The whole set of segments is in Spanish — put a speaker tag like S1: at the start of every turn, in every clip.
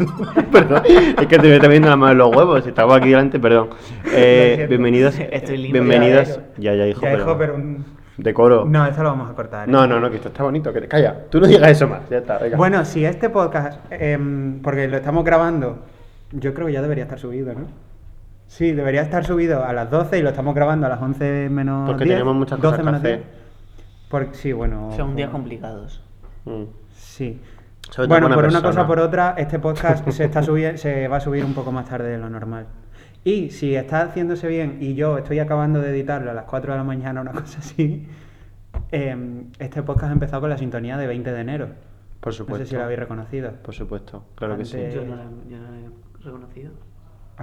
S1: perdón, es que te me está viendo la mano de los huevos, estaba aquí delante, perdón. Eh,
S2: cierto.
S1: bienvenidos,
S3: Estoy limpio.
S1: bienvenidas,
S2: Ya,
S1: ya, ya, hijo,
S2: Ya, hijo,
S1: pero,
S2: pero... No,
S1: decoro. No,
S2: eso lo vamos a cortar. ¿eh?
S1: no, no, que esto está bonito, que te calla, tú no digas eso más, ya está, venga.
S2: Bueno, si este podcast, em, porque lo estamos grabando, yo creo que ya debería estar subido, ¿no? Sí, debería estar subido a las 12 y lo estamos grabando a las 11 menos
S1: Porque
S2: 10,
S1: tenemos muchas
S2: 12
S1: cosas que
S2: menos
S1: hacer.
S2: 10. Porque, sí, bueno...
S3: Son días
S2: bueno,
S3: complicados.
S1: Mm.
S2: Sí.
S1: Sobre todo
S2: bueno,
S1: con una
S2: por una
S1: persona.
S2: cosa por otra, este podcast se, está subi- se va a subir un poco más tarde de lo normal. Y si está haciéndose bien y yo estoy acabando de editarlo a las 4 de la mañana, una cosa así, em, este podcast ha empezado con la sintonía de 20 de enero.
S1: Por
S2: No
S1: supuesto.
S2: sé si lo habéis reconocido.
S1: Por supuesto, claro que sí.
S2: Antes-
S3: Yo no la yo no la he reconocido.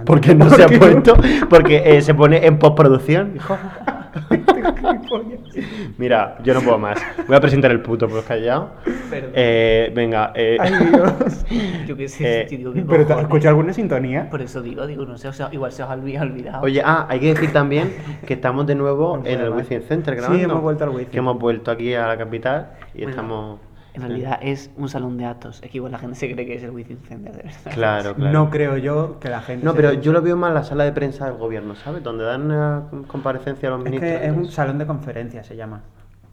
S1: Porque no se ha puesto, porque eh, se pone en postproducción, hijo. Mira, yo no puedo más. Voy a presentar el puto pues callado.
S3: Perdón.
S1: Eh, venga, eh,
S2: Ay, Dios.
S3: Yo qué sé,
S1: Eh,
S3: yo digo que.
S2: Pero ¿te has escuchado alguna
S3: cojones.
S2: sintonía?
S3: Por eso digo, digo, no sé, o sea, igual se os ha olvi- olvidado.
S1: Oye, ah, hay que decir también que estamos de nuevo
S2: No
S1: en el
S2: puedo más.
S1: Wizzing Center
S2: Sí,
S1: grabando.
S2: hemos vuelto al Wizzing.
S1: Que hemos vuelto aquí a la capital y
S3: Bueno,
S1: estamos.
S3: En realidad es un salón de actos. Es que igual la gente se cree que es el Within Center, de verdad.
S1: Claro, claro.
S2: No creo yo que la gente...
S1: No,
S2: se
S1: pero
S2: piense-
S1: yo lo veo más en la sala de prensa del gobierno, ¿sabes? Donde dan una comparecencia a los
S2: Es
S1: ministros.
S2: que es un
S1: entonces.
S2: salón de conferencias, se llama.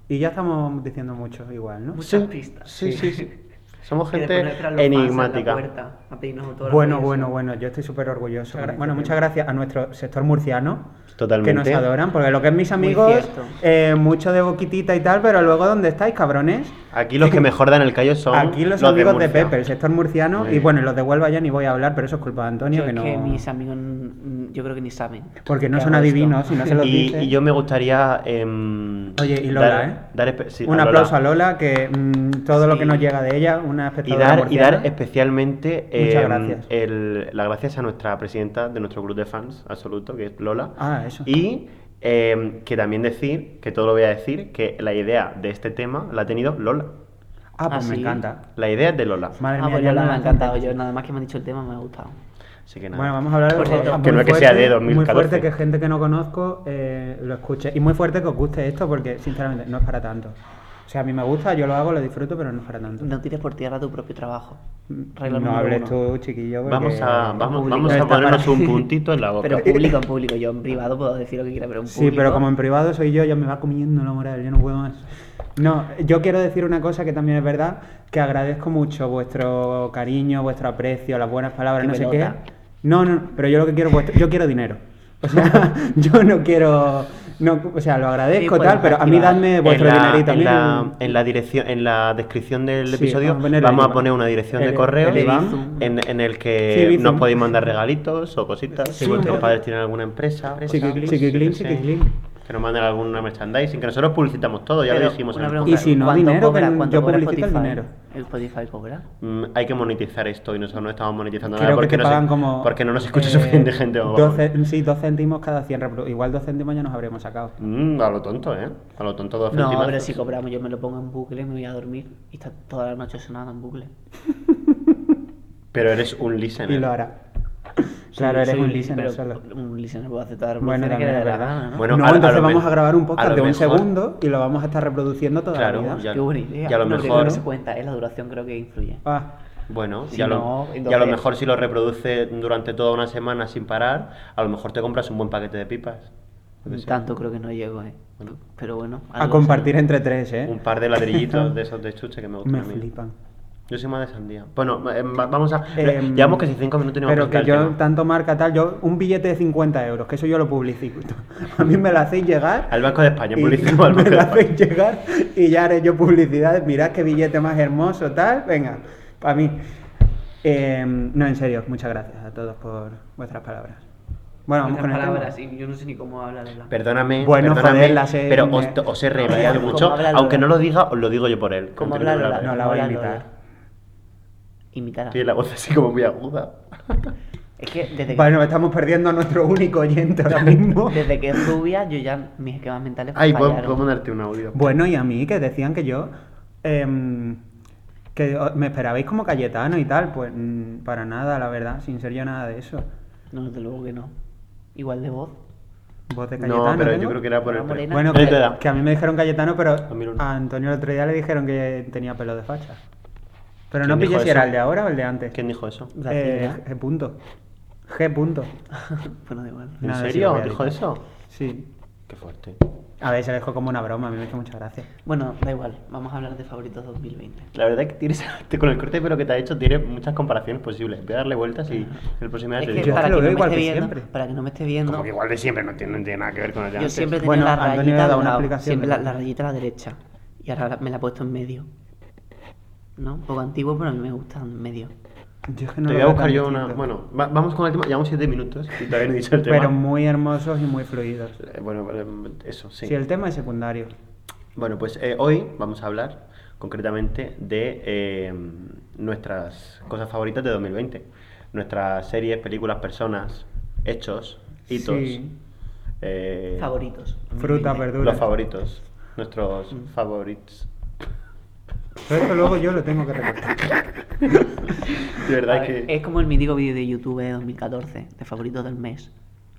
S2: Y ya estamos diciendo mucho igual, ¿no?
S3: Muchas
S1: Sí,
S3: pistas.
S1: sí, sí, sí. Somos
S3: Que
S1: gente
S3: después nos traen los fans en la
S1: enigmática.
S3: puerta a pedirnos autógrafos y
S2: Bueno,
S3: eso.
S2: bueno, bueno, yo estoy súper orgulloso.
S3: Muchas gracias,
S2: bueno, muchas
S3: Diego.
S2: gracias a nuestro sector murciano.
S1: Totalmente.
S2: Que nos adoran, porque lo que es mis
S3: Muy
S2: amigos,
S3: cierto.
S2: eh, mucho de boquitita y tal, pero luego, ¿dónde estáis, cabrones?
S1: Aquí los que mejor dan el callo son.
S2: Aquí los, amigos de,
S1: Murcia.
S2: Pepe, el sector murciano,
S1: Muy
S2: y
S1: bien.
S2: bueno, los de Huelva ya ni voy a hablar, pero eso es culpa de
S3: Yo
S2: Antonio,
S3: es
S2: que no.
S3: que mis amigos, mm, yo creo que ni saben.
S2: Porque no
S3: que
S2: son
S3: hago
S2: adivinos
S3: esto.
S2: y no se los
S1: Y,
S2: dice.
S1: y yo me gustaría. em,
S2: Oye, y Lola,
S1: dar,
S2: ¿eh?
S1: dar espe- sí,
S2: Un
S1: a Lola.
S2: aplauso a Lola, que mm, todo lo
S3: Sí.
S2: que nos llega de ella, una
S1: Y
S2: espectadora
S1: dar, y
S2: murciana.
S1: dar especialmente
S2: Muchas
S1: em,
S2: gracias.
S1: el- las gracias a nuestra presidenta de nuestro grupo de fans absoluto, que es Lola.
S2: Ah, eso.
S1: Y em, que también decir, que todo lo voy a decir, que la idea de este tema la ha tenido Lola.
S2: Ah, pues
S3: Ah,
S2: me
S3: sí.
S2: encanta.
S1: La idea es de Lola.
S2: Madre
S3: Ah,
S2: mía,
S3: pues
S2: ya
S3: yo no
S2: la
S3: me ha encantado.
S2: gente-
S3: Yo nada más que me han dicho el tema, me ha gustado.
S1: Así que nada.
S2: Bueno, vamos a hablar de
S3: Por cierto,
S2: ah,
S1: que
S2: muy
S1: no es que sea de
S2: Muy
S1: 2014.
S2: fuerte que gente que no conozco eh, lo escuche. Y muy fuerte que os guste esto, porque sinceramente no es para tanto. O sea, a mí me gusta, yo lo hago, lo disfruto, pero no es para tanto. Mm,
S3: No tires por tierra tu propio trabajo. Regla
S2: no
S3: número
S2: hables
S3: uno.
S2: tú, chiquillo. porque-
S1: Vamos a, vamos,
S3: público.
S1: vamos
S2: Está
S1: a
S2: para-
S1: ponernos un puntito en la boca.
S3: Pero en público, en público. Yo en privado puedo decir lo que quiera, pero en
S2: Sí,
S3: público.
S2: pero como en privado soy yo, ya me va comiendo la moral, yo no puedo más. No, yo quiero decir una cosa que también es verdad, que agradezco mucho vuestro cariño, vuestro aprecio, las buenas palabras,
S3: Qué
S2: no sé qué.
S3: pelota.
S2: No, no, pero yo lo que quiero es vuestro- yo quiero dinero. O sea, yo no quiero no, o sea, lo agradezco
S3: Sí,
S2: tal,
S3: podemos
S2: pero a mí
S3: activar.
S2: dadme
S1: en
S2: vuestro
S1: la,
S2: dinerito a
S1: en
S2: mí
S1: la-
S2: no-
S1: en la dirección en la descripción del
S2: Sí,
S1: episodio
S2: vamos a poner el
S1: vamos a
S2: IBAN.
S1: poner una dirección
S2: El-
S1: de correo
S2: el
S3: IBAN.
S1: en, en el
S2: Sí,
S1: que
S2: Bizum.
S1: nos podéis mandar regalitos o cositas
S2: Sí,
S1: si vuestros
S2: un-
S1: padres tienen alguna empresa cosa,
S2: Chiquiclín,
S1: yo qué
S2: chiquiclín,
S1: sé,
S2: chiquiclín.
S1: que nos manden alguna merchandising que nosotros publicitamos todo ya lo
S3: Pero
S1: dijimos en
S3: una
S1: el
S3: pregunta,
S2: Y si no,
S3: ¿cuánto
S2: dinero, que
S3: cuánto
S2: yo
S3: cobra
S2: publicito el
S3: Spotify?
S2: dinero.
S3: ¿El Spotify cobra?
S1: Mm, hay que monetizar esto y nosotros no estamos monetizando
S2: Creo
S1: nada
S2: que
S1: porque
S2: te
S1: no, se-
S2: pagan como...
S1: porque no nos escucha
S2: eh,
S1: suficiente gente. vamos.
S2: dos cen- sí, dos céntimos cada 100 reproducciones. Igual dos céntimos ya nos habremos sacado.
S1: Mm, a lo tonto, ¿eh? A lo tonto dos
S3: No,
S1: centimazos.
S3: pero si cobramos, yo me lo pongo en bucle, me voy a dormir y está toda la noche sonando en bucle.
S1: Pero eres un ¿eh? listener.
S2: Y lo hará. Claro,
S3: Soy-
S2: eres
S3: soy
S2: un listener
S3: pero
S2: solo.
S3: Un listener puedo aceptar
S2: Bueno,
S3: reproducciones pues que
S2: también
S3: le
S2: es
S3: dé la
S2: verdad.
S3: gana, ¿no?
S1: Bueno,
S2: no,
S1: a- a lo
S2: entonces
S1: me-
S2: vamos a grabar un
S1: a
S2: podcast
S1: lo
S2: de un
S1: mejor-
S2: segundo y lo vamos a estar reproduciendo toda
S1: Claro,
S2: la vida.
S1: ya-
S3: Qué buena idea.
S1: y a lo
S3: No, que
S1: mejor-
S3: no se cuenta, es la duración creo que influye.
S2: Ah,
S1: Bueno,
S3: Si
S1: y, a lo,
S3: no,
S1: y a lo
S3: entonces-
S1: mejor si lo reproduce durante toda una semana sin parar, a lo mejor te compras un buen paquete de pipas. Yo qué sé,
S3: Tanto creo que no llego, ¿eh? Pero bueno.
S2: a
S3: algo
S2: compartir
S3: será.
S2: entre tres, ¿eh?
S1: Un par de ladrillitos de esos de chuche que me gustan
S2: Me
S1: a mí.
S2: flipan.
S1: Yo soy más de sandía. Bueno, eh, va- vamos a...
S2: Em,
S1: llevamos casi cinco minutos y no hemos
S2: Pero que
S1: presentado
S2: yo,
S1: el tema.
S2: tanto marca tal, yo un billete de 50 euros, que eso yo lo publicito. A mí me lo hacéis llegar.
S1: Al Banco de España,
S2: y
S1: publicitamos al
S2: me
S1: Banco de
S2: lo
S1: España.
S2: hacéis llegar y ya haré yo publicidad. Mirad qué billete más hermoso, tal. Venga, para mí. Eh, no, en serio, muchas gracias a todos por vuestras palabras. Bueno, vamos
S3: Esas
S2: con el tema.
S3: palabras, y yo no sé ni cómo hablar de las
S1: Perdóname,
S2: Bueno,
S1: perdóname,
S2: joder, las he-
S1: pero
S2: me-
S1: os, os he reído
S3: ¿Cómo
S1: mucho.
S3: habla Lola?
S1: Aunque no lo diga, os lo digo yo por él.
S3: ¿Cómo
S1: Continúa,
S3: habla Lola?
S1: Lola.
S2: No la voy a imitar.
S3: Imitar.
S1: Tiene la voz así como muy aguda.
S3: Es que desde que,
S2: Bueno, estamos perdiendo a nuestro único oyente ahora mismo.
S3: desde que es rubia, yo ya mis esquemas mentales
S1: Ay, voy
S3: fallaron.
S1: a mandarte un audio.
S2: Bueno, y a mí que decían que yo. em, que o- me esperabais como Cayetano y tal. Pues mm, para nada, la verdad, sin ser yo nada de eso.
S3: No, desde luego que no. Igual de voz.
S2: Vos de Cayetano.
S1: No, pero yo
S2: tengo?
S1: creo que era por el...
S3: Ahora morena.
S2: Bueno,
S1: Él
S2: que,
S1: te da.
S2: que a mí me dijeron Cayetano, pero
S1: mí no.
S2: a Antonio el otro día le dijeron que tenía pelo de facha. Pero no
S1: ¿Quién dijo
S2: pillé si era
S1: eso?
S2: el de ahora o el de antes.
S1: ¿Quién dijo eso?
S3: La
S2: Eh,
S3: cifra.
S2: G punto. G punto.
S3: bueno, da igual.
S1: ¿En
S2: Nada, sí, lo
S1: serio?
S2: voy a
S1: ¿Dijo
S2: editar.
S1: eso?
S2: Sí.
S1: Qué fuerte.
S2: A ver, se lo dejó como una broma, a mí me hizo mucha gracia.
S3: Bueno, da igual. Vamos a hablar de favoritos 2020.
S1: La verdad es que tienes, te- con el corte de pelo que te ha hecho tienes muchas comparaciones posibles. Voy a darle vueltas y el próximo
S3: Es
S1: año te
S3: que
S1: digo.
S2: te
S3: para
S2: lo
S3: que,
S2: veo
S3: no me
S2: igual
S3: esté
S2: que
S3: viendo,
S2: siempre.
S3: para que no me esté viendo,
S1: Como que igual de siempre no tiene, no tiene nada que ver con el de
S3: yo
S1: antes.
S3: siempre tenía
S2: Bueno,
S3: la
S2: Antonio
S3: rayita
S2: le ha dado
S3: al
S2: una
S3: lado,
S2: explicación
S3: siempre la,
S2: de-
S3: la rayita a la derecha. Y ahora la- me la he puesto en medio. ¿No? Un poco antiguo, pero a mí me gusta en medio.
S2: Yo es que no
S1: te
S2: lo
S1: voy a
S2: veo
S1: buscar
S2: tan
S1: yo una.
S2: distinto.
S1: Bueno, va- vamos con el tema. Llevamos 7 minutos y todavía no he dicho el tema.
S2: Pero muy hermosos y muy fluidos.
S1: Eh, Bueno, eh, eso, sí.
S2: Sí, el tema es secundario.
S1: Bueno, pues eh, hoy vamos a hablar concretamente de eh, nuestras cosas favoritas de 2020. Nuestras series, películas, personas, hechos, hitos.
S2: Sí.
S1: eh,
S3: Favoritos.
S2: Fruta,
S3: 2020.
S2: verdura.
S1: Los favoritos. Nuestros favoritos.
S2: Pero esto luego yo lo tengo que recortar.
S1: De
S3: A
S1: verdad
S3: ver,
S1: que.
S3: Es como el mítico vídeo de YouTube de 2014, de favoritos del mes,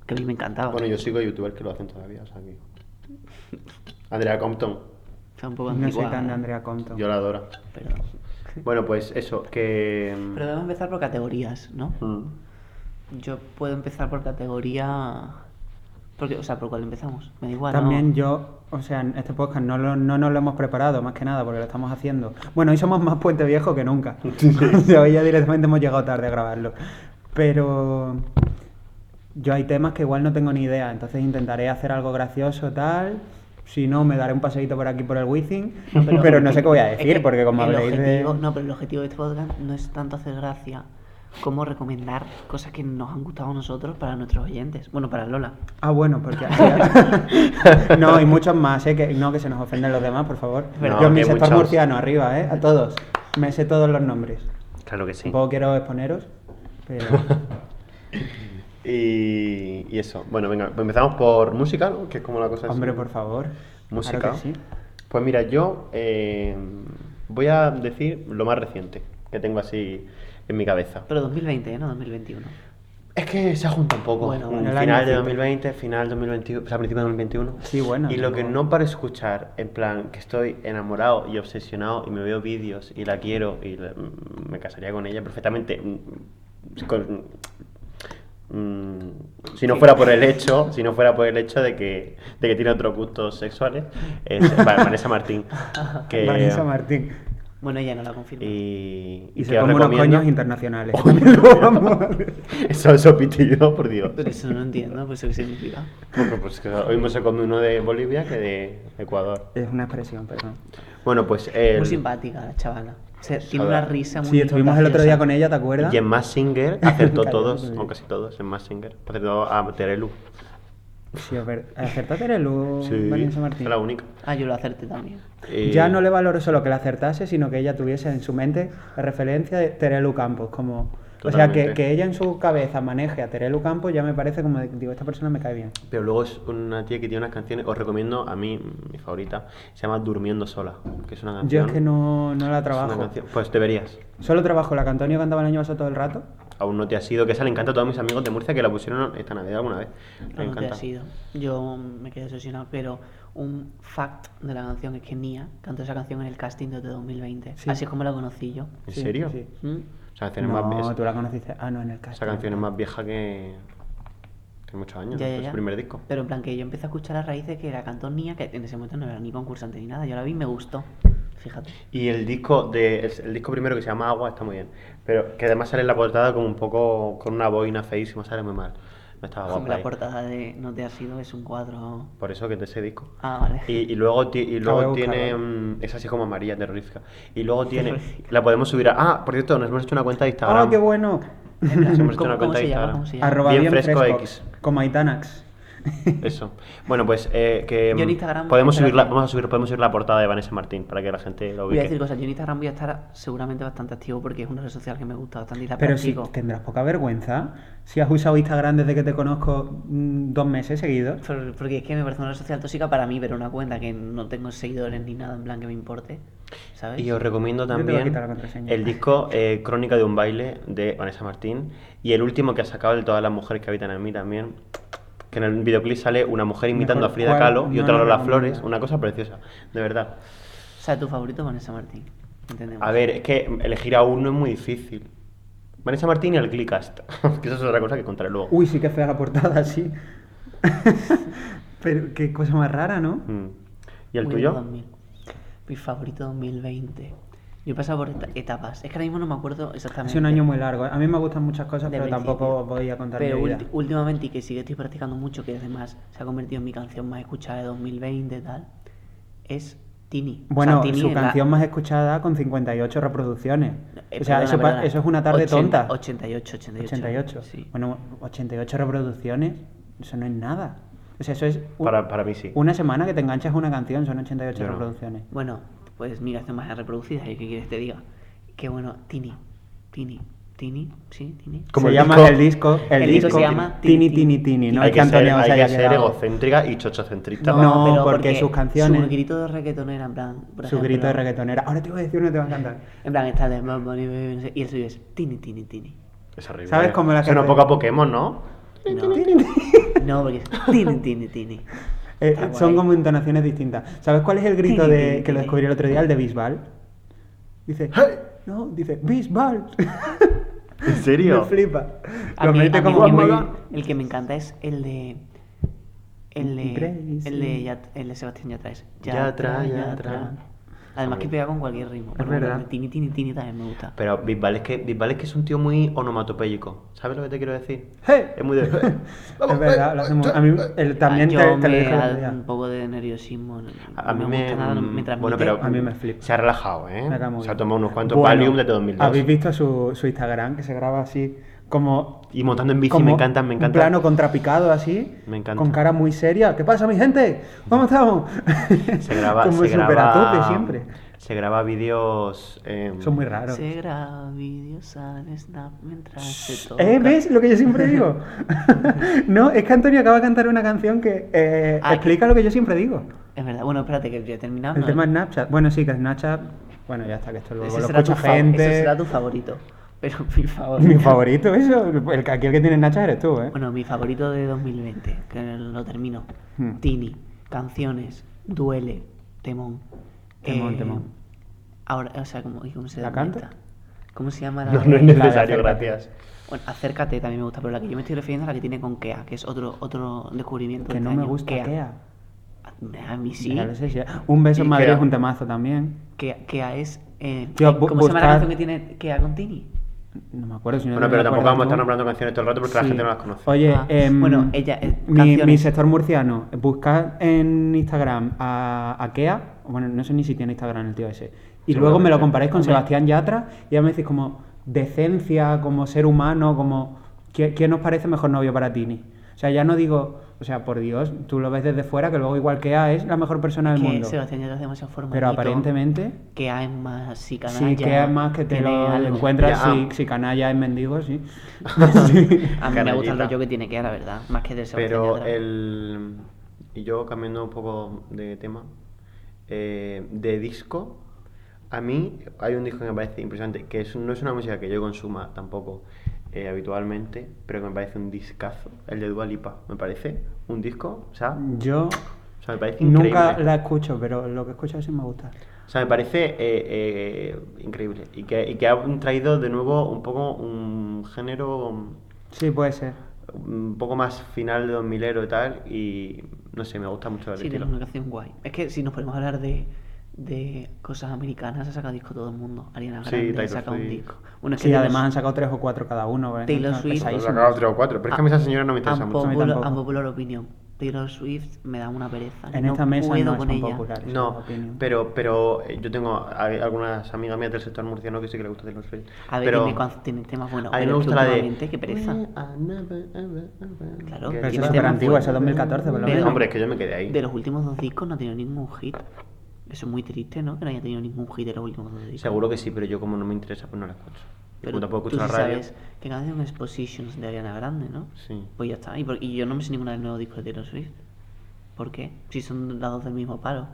S3: que a mí me encantaba.
S1: Bueno, yo sigo a youtubers que lo hacen todavía, o sea que. Andrea Compton,
S3: Está un poco ¿eh?
S2: No soy
S3: antigua,
S2: tan de Andrea Compton.
S1: yo la adoro.
S3: Perdón.
S1: Bueno, pues eso, que.
S3: Pero debemos empezar por categorías, ¿no?
S1: Mm.
S3: Yo puedo empezar por categoría... Porque, o sea, ¿por cuál empezamos? Me da igual, ¿no?
S2: También yo, o sea, en este podcast no, lo- no nos lo hemos preparado, más que nada, porque lo estamos haciendo. Bueno, hoy somos más puente viejo que nunca. O sea, hoy ya directamente hemos llegado tarde a grabarlo. Pero yo hay temas que igual no tengo ni idea, entonces intentaré hacer algo gracioso, tal. Si no, me daré un paseíto por aquí por el Wizzing, pero, no sé qué voy a
S3: Es
S2: decir,
S3: que
S2: porque como
S3: el
S2: habréis de...
S3: objetivo- No, pero el objetivo de este podcast no es tanto hacer gracia como recomendar cosas que nos han gustado a nosotros para nuestros oyentes. Bueno, para Lola.
S2: Ah, bueno, porque... así- no, y muchos más, ¿eh? Que, no, que se nos ofenden los demás, por favor.
S1: No,
S2: yo
S1: que
S2: mi sector
S1: muchos.
S2: murciano, arriba, ¿eh? A todos. Me sé todos los nombres.
S1: Claro que sí. Pues
S2: Tampoco quiero exponeros, pero...
S1: Y, y eso. Bueno, venga, pues empezamos por música, ¿no? Que es como la cosa. es-
S2: Hombre, por favor.
S1: Música.
S2: Claro que sí.
S1: Pues mira, yo eh, voy a decir lo más reciente que tengo así en mi cabeza.
S3: Pero 2020, ¿eh? no 2021.
S1: Es que se ha juntado un poco.
S3: Bueno,
S1: Un
S2: bueno, el
S1: final
S2: año
S1: de
S2: cinco.
S1: 2020, final 2021, o sea, principio de 2021.
S2: Sí, bueno,
S1: Y lo que
S2: no.
S1: no paro de escuchar, en plan, que estoy enamorado y obsesionado y me veo vídeos y la quiero y la- mm, me casaría con ella perfectamente. mm, con- mm, si no fuera por el hecho, si no fuera por el hecho de que, de que tiene otros gustos sexuales, es Va- Vanessa Martín. Que,
S2: Vanessa Martín.
S3: Bueno, ella no la confirma.
S1: Y,
S2: Y,
S1: y
S2: se
S1: que os
S2: come unos
S1: recomiendo-
S2: coños internacionales.
S1: Eso, eso pitillo, por Dios.
S3: Pero eso no entiendo, pues eso qué significa.
S1: Bueno, pues que hoy mismo se come uno de Bolivia que de Ecuador.
S2: es una expresión, perdón.
S1: Bueno, pues el...
S3: Muy simpática la chavala. O sea, tiene
S1: Joder.
S3: una risa muy
S2: Sí, estuvimos el otro día
S3: contagiosa.
S2: con ella, ¿te acuerdas?
S1: Y en Massinger acertó
S2: Cállate,
S1: todos,
S2: tío.
S1: o casi todos, en Massinger. Acertó a Terelu.
S2: Sí, a ver, acertaste eres luz, Vanessa Martín.
S1: Fue la única. Eh,
S3: Ah, yo lo acerté también.
S1: Y-
S2: Ya no le valoro solo que la acertase, sino que ella tuviese en su mente la referencia de Terelu Campos, como... O sea, que,
S1: Totalmente.
S2: que ella en su cabeza maneje a Terelu Campos ya me parece como, de- digo, esta persona me cae bien.
S1: Pero luego es una tía que tiene unas canciones, os recomiendo a mí, mi favorita, se llama Durmiendo Sola, que es una
S2: Yo
S1: canción...
S2: es que no, no la
S1: es una
S2: trabajo.
S1: canción- Pues deberías.
S2: Solo trabajo la que Antonio cantaba el año pasado todo el rato.
S1: Aún no te ha sido, que esa le encanta a todos mis amigos de Murcia que la pusieron esta Navidad alguna vez.
S2: Ah,
S3: No,
S1: Me
S3: no te
S1: encanta.
S3: ha sido. Yo me quedé obsesionado, pero un fact de la canción es que Nia cantó esa canción en el casting de 2020.
S2: Sí.
S3: Así es como la conocí yo.
S1: ¿En
S2: Sí,
S1: serio?
S2: sí.
S3: ¿Mm?
S1: O sea, canciones más...
S2: No,
S1: es-
S2: tú la conociste. Ah, no, en el caso.
S1: Esa canción es más vieja que. que muchos años,
S3: Ya, ya,
S1: es
S3: ya.
S1: su pues primer disco.
S3: Pero en plan que yo empecé a escuchar a raíz de que la cantó Nia, que en ese momento no era ni concursante ni nada. Yo la vi y me gustó. Fíjate.
S1: Y el disco de el, el disco primero que se llama Agua está muy bien, pero que además sale en la portada como un poco con una boina feísima, sale muy mal. No estaba guapa.
S3: la
S1: ahí.
S3: portada de No te ha sido es un cuadro.
S1: Por eso que es de ese disco.
S3: Ah, vale.
S1: Y, y luego, ti- y
S2: voy a
S1: luego
S2: buscar,
S1: tiene.
S2: vale.
S1: mm, es así como amarilla, terrorífica. Y luego tiene.
S3: Terrorífica.
S1: La podemos subir a. Ah, por cierto, nos hemos hecho una cuenta de
S2: ¡Ah,
S1: Instagram.
S2: qué bueno!
S1: Nos hemos hecho
S3: ¿Cómo-
S1: una
S3: cómo
S1: cuenta de
S3: se llama?
S1: Instagram.
S3: ¿Cómo se llama?
S2: Arroba
S1: Bien
S2: bien,
S1: fresco
S2: fresco,
S1: X.
S2: Como Aitanax.
S1: Eso. Bueno, pues eh, que.
S3: Yo en
S1: mm,
S3: Instagram-
S1: podemos
S3: espera,
S1: subir la,
S3: espera.
S1: vamos a subir, podemos subir la portada de Vanessa Martín para que la gente lo
S3: Voy
S1: ubique.
S3: a decir cosas. Yo en Instagram voy a estar seguramente bastante activo porque es una red social que me gusta bastante y la
S2: Pero si
S3: practico.
S2: tendrás poca vergüenza. Si has usado Instagram desde que te conozco mm, dos meses seguidos.
S3: Por- Porque es que me parece una red social tóxica para mí, pero una cuenta que no tengo seguidores ni nada en plan que me importe, ¿sabes?
S1: Y os recomiendo
S2: Yo te voy a
S1: también
S2: quitar la contraseña.
S1: el disco eh, Crónica de un baile de Vanessa Martín y el último que ha sacado de todas las mujeres que habitan en mí también. Que en el videoclip sale una mujer imitando
S2: Mejor
S1: a Frida
S2: cual
S1: Kahlo y
S2: no
S1: otra a
S2: lo
S1: Lola
S2: recomiendo.
S1: Flores, una cosa preciosa, de verdad.
S3: O sea, tu favorito, Vanessa Martín. Entendemos.
S1: A ver, es que elegir a uno es muy difícil. Vanessa Martín y el Glicast. que eso es otra cosa que contaré luego.
S2: Uy, sí que fea la portada, sí. Pero qué cosa más rara, ¿no?
S1: Mm. ¿Y el
S3: Windows
S1: tuyo?
S3: 2000. Mi favorito 2020. Yo he pasado por eta- etapas. Es que ahora mismo no me acuerdo
S2: Ha
S3: exactamente.
S2: sido un año muy largo. A mí me gustan muchas cosas,
S3: De
S2: pero tampoco
S3: principio.
S2: voy a contar
S3: Pero
S2: mi vida.
S3: ulti- últimamente, y que sí que estoy practicando mucho, que además se ha convertido en mi canción más escuchada de 2020 y tal, es Tini. O sea,
S2: Bueno,
S3: Tini
S2: su
S3: es la-
S2: canción más escuchada con 58 reproducciones.
S3: Eh,
S2: o sea,
S3: perdona,
S2: eso, pa-
S3: perdona.
S2: eso es una tarde
S3: Ochen-
S2: tonta.
S3: 88, 88.
S2: 88.
S3: Sí.
S2: Bueno, 88 reproducciones, eso no es nada. O sea, eso es un-
S1: Para, para mí sí.
S2: una semana que te enganchas a una canción, son 88
S1: Yo no.
S2: reproducciones.
S3: Bueno, pues mi canción más reproducida, ¿y qué quieres que te diga? Que bueno, Tini. Tini. Tini, sí, Tini.
S1: Como
S2: se
S1: el
S2: llama
S1: disco-
S2: el disco, el,
S3: el disco
S2: disco,
S3: se llama
S2: Tini Tini
S3: Tini,
S2: Tini, no
S1: hay
S2: es que
S1: que ser,
S2: Antonio se
S1: hay
S2: haya
S1: que ser
S2: quedado.
S1: egocéntrica y chochocentrista.
S2: No, no,
S3: pero
S2: porque sus canciones-
S3: Su grito de reggaetonera, en plan. por
S2: Su grito de
S3: ejemplo,
S2: reggaetonera. Ahora te voy a decir uno que te va a encantar.
S3: En plan, está de Bad Bunny, baby, no sé, y el suyo es Tini, Tini, Tini.
S1: Es horrible. eh.
S2: ¿Sabes cómo la
S1: Suena
S2: gente-
S1: un poco a Pokémon, ¿no?
S3: No, no porque es Tini, Tini, Tini.
S2: Eh,
S3: Está
S2: son
S3: guay.
S2: como entonaciones distintas. ¿Sabes cuál es el grito
S3: Tini,
S2: de,
S3: tini,
S2: que lo
S3: tini.
S2: descubrí el otro día, el de Bisbal? Dice, no, dice, Bisbal.
S1: ¿En
S2: Me
S1: serio?
S2: flipa.
S3: A
S2: Lo
S3: mí-
S2: mete
S3: a mí
S2: como
S3: el, que
S2: moda.
S3: me, el que me encanta es el de. El de.
S2: Crazy.
S3: El de, Yat- el de Sebastián Yatra. Es
S1: Yatra, Yatra.
S3: Además que pega con cualquier ritmo. pero
S2: verdad.
S3: bueno, el de Tini, tini, tini también me gusta.
S1: Pero Bisbal es, que, Bisbal es que es un tío muy onomatopéyico. ¿Sabes lo que te quiero decir?
S2: ¡Hey!
S1: Es muy de...
S2: es verdad, lo hacemos. A mí el, también
S3: Ah, Yo
S2: te, te lo
S3: me
S2: dije el
S3: da
S2: otro día.
S3: un poco de nerviosismo. no-
S1: A a
S3: no
S1: mí
S3: me
S1: me...
S3: gusta nada, no me
S1: mm,
S3: transmite.
S1: Bueno, pero
S2: A mí me flipa.
S1: Se ha relajado, ¿eh?
S2: Me cae muy
S1: Se ha
S2: bien.
S1: tomado unos cuantos
S2: Bueno,
S1: Valium de 2002.
S2: ¿Habéis visto su, su Instagram que se graba así como.
S1: Y montando en bici,
S2: como
S1: me encantan, me
S2: un
S1: encantan.
S2: plano contrapicado así.
S1: Me encanta.
S2: Con cara muy seria. ¿Qué pasa, mi gente? ¿Cómo estamos?
S1: Se graba...
S2: como
S1: se
S2: súper
S1: graba...
S2: a tope siempre.
S1: Se graba vídeos... em,
S2: Son muy raros. ¿Eh?
S3: Se graba vídeos al snap mientras se toca.
S2: ¿Eh? ¿Ves lo que yo siempre digo? no, es que Antonio acaba de cantar una canción que eh,
S3: Ah,
S2: explica lo que yo siempre digo.
S3: Es verdad. Bueno, espérate que ya terminamos.
S2: El tema Snapchat. Bueno, sí, que Snapchat. Bueno, ya está, que esto luego
S3: Ese
S2: lo
S3: será tu
S2: escucha
S3: fa- Ese
S2: gente.
S3: será tu favorito. Pero mi favorito.
S2: Mi favorito, eso. El, que- aquí el que tiene Snapchat eres tú, ¿eh?
S3: Bueno, mi favorito de 2020, que lo termino.
S2: Hmm.
S3: Tini, canciones, duele, temón. Eh,
S2: Temón, temón.
S3: Ahora, o sea, ¿cómo, y cómo se
S2: ¿La
S3: llama
S2: canto?
S3: esta? ¿Cómo se llama la
S1: No,
S3: de-
S1: no es
S2: La de
S1: necesario,
S2: acércate.
S1: gracias.
S3: Bueno, acércate también me gusta, pero la que yo me estoy refiriendo es la que tiene con Kea, que es otro, otro descubrimiento.
S2: que
S3: de
S2: no
S3: este
S2: me
S3: año.
S2: gusta Kea.
S3: A a mí sí.
S2: Ya lo sé, sí. Un beso en
S1: Y
S2: Madrid
S1: Kea.
S2: es un temazo también.
S3: Kea, Kea es. eh,
S2: Tío, bu-
S3: ¿Cómo se llama la
S2: buscad-
S3: canción que tiene Kea con Tini?
S2: No me acuerdo si no
S1: Bueno,
S2: te
S1: pero
S2: lo
S1: tampoco
S2: acuerdas
S1: vamos a estar
S2: tú.
S1: nombrando canciones todo el rato porque la
S2: Sí.
S1: gente no las conoce.
S2: Oye,
S3: Ah,
S2: em,
S3: bueno, ella, eh,
S2: mi, mi
S3: canciones.
S2: sector murciano, buscad en Instagram a, a Kea, bueno, no sé ni si tiene Instagram el tío ese, y luego me lo
S1: Seguramente.
S2: comparáis con
S3: Hombre.
S2: Sebastián Yatra y ya me decís como decencia, como ser humano, como ¿quién, quién os parece mejor novio para Tini? O sea, ya no digo, o sea, por Dios, tú lo ves desde fuera, que luego igual Kea es la mejor persona del
S3: que
S2: mundo.
S3: Sebastián Yatra es demasiado formal.
S2: Pero aparentemente,
S3: Que hay más así canalla.
S2: sí, Kea es más que te
S3: tiene
S2: lo
S3: algo.
S2: encuentras,
S1: Ya.
S2: si, si canalla es mendigo, sí.
S3: A mí me gusta el
S1: Canallita.
S3: rollo que tiene que la verdad. Más que de Sebastián
S1: Pero
S3: Yatra.
S1: el. Y yo cambiando un poco de tema. eh, de disco. A mí hay un disco que me parece impresionante. Que es- no es una música que yo consuma tampoco eh, habitualmente. Pero que me parece un discazo. El de Dua Lipa. Me parece un disco. O sea,
S2: Yo
S1: o sea, me parece increíble.
S2: Nunca la escucho, pero lo que escucho sí me gusta.
S1: O sea, me parece eh, eh, increíble. Y que, y que han traído de nuevo un poco un género
S2: Sí, puede ser.
S1: un poco más final de 2000 ero y tal y no sé, me gusta mucho el
S3: Sí, tiene
S1: estilo.
S3: una canción guay. Es que si nos podemos hablar de, de cosas americanas, ha sacado disco todo el mundo. Ariana
S1: Sí,
S3: Grande ha
S1: Taylor
S3: sacado un
S1: Swift.
S3: disco. Bueno, es que
S2: Sí,
S3: Taylor
S2: además han sacado tres o cuatro cada uno. ¿eh? ¿verdad?
S3: Taylor
S2: Entonces,
S3: Swift.
S1: Solo he
S2: pesadísimo.
S1: sacado tres o cuatro, pero es Ah, que a mí esa señora no me interesa mucho.
S2: A mí tampoco.
S3: Unpopular, unpopular opinion. Taylor Swift me da una pereza.
S2: En
S3: no
S2: esta mesa
S3: puedo
S2: no es
S3: con
S2: tan
S3: ella.
S2: popular. esa
S1: No,
S2: opinión.
S1: pero, pero eh, yo tengo a- algunas amigas mías del sector murciano que sí que le gusta Taylor Swift.
S3: A ver,
S1: pero
S3: tiene, cuan- tiene temas buenos.
S1: a mí me
S3: pero es que
S1: gusta la de... Mm,
S3: últimamente, Qué pereza. Claro,
S1: Que tiene
S3: pero eso es
S1: temas
S2: superantiguo,
S1: fuertes.
S2: eso es 2014 por lo
S3: menos.
S1: Hombre, es que yo me quedé ahí.
S3: De los últimos dos discos no ha tenido ningún hit. Eso es muy triste, ¿no? Que no haya tenido ningún hit de los últimos dos discos.
S1: Seguro que sí, pero yo como no me interesa, pues no la escucho. Y
S3: Pero
S1: como tampoco
S3: tú
S1: escucho la
S3: sí
S1: radio.
S3: sabes que canción es Positions de Ariana Grande, ¿no?
S1: Sí.
S3: Pues ya está. Y, por- y yo no me sé ninguna del nuevo disco de Taylor Swift. ¿Por qué? Si son las dos del mismo palo.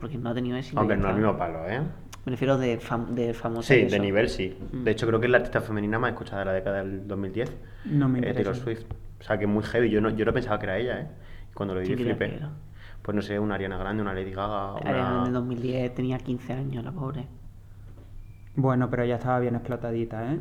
S3: Porque no ha tenido éxito.
S1: Aunque
S3: ya
S1: no es
S3: está.
S1: el mismo palo, ¿eh?
S3: Me refiero de, fam de
S1: Sí,
S3: famosa. y
S1: de
S3: eso. Mm.
S1: nivel sí. De hecho, creo que es la artista femenina más escuchada de la década del 2010.
S2: No me
S1: eh,
S2: interesa.
S1: Taylor Swift. O sea, que muy heavy. Yo no, yo no pensaba que era ella, ¿eh? Cuando lo vi,
S3: ¿Quién creías que
S1: flipé.
S3: era?
S1: Pues no sé, una Ariana Grande, una Lady Gaga,
S3: Ariana Grande en
S1: una...
S3: 2010 tenía 15 años, la pobre.
S2: Bueno, pero ya estaba bien explotadita, ¿eh?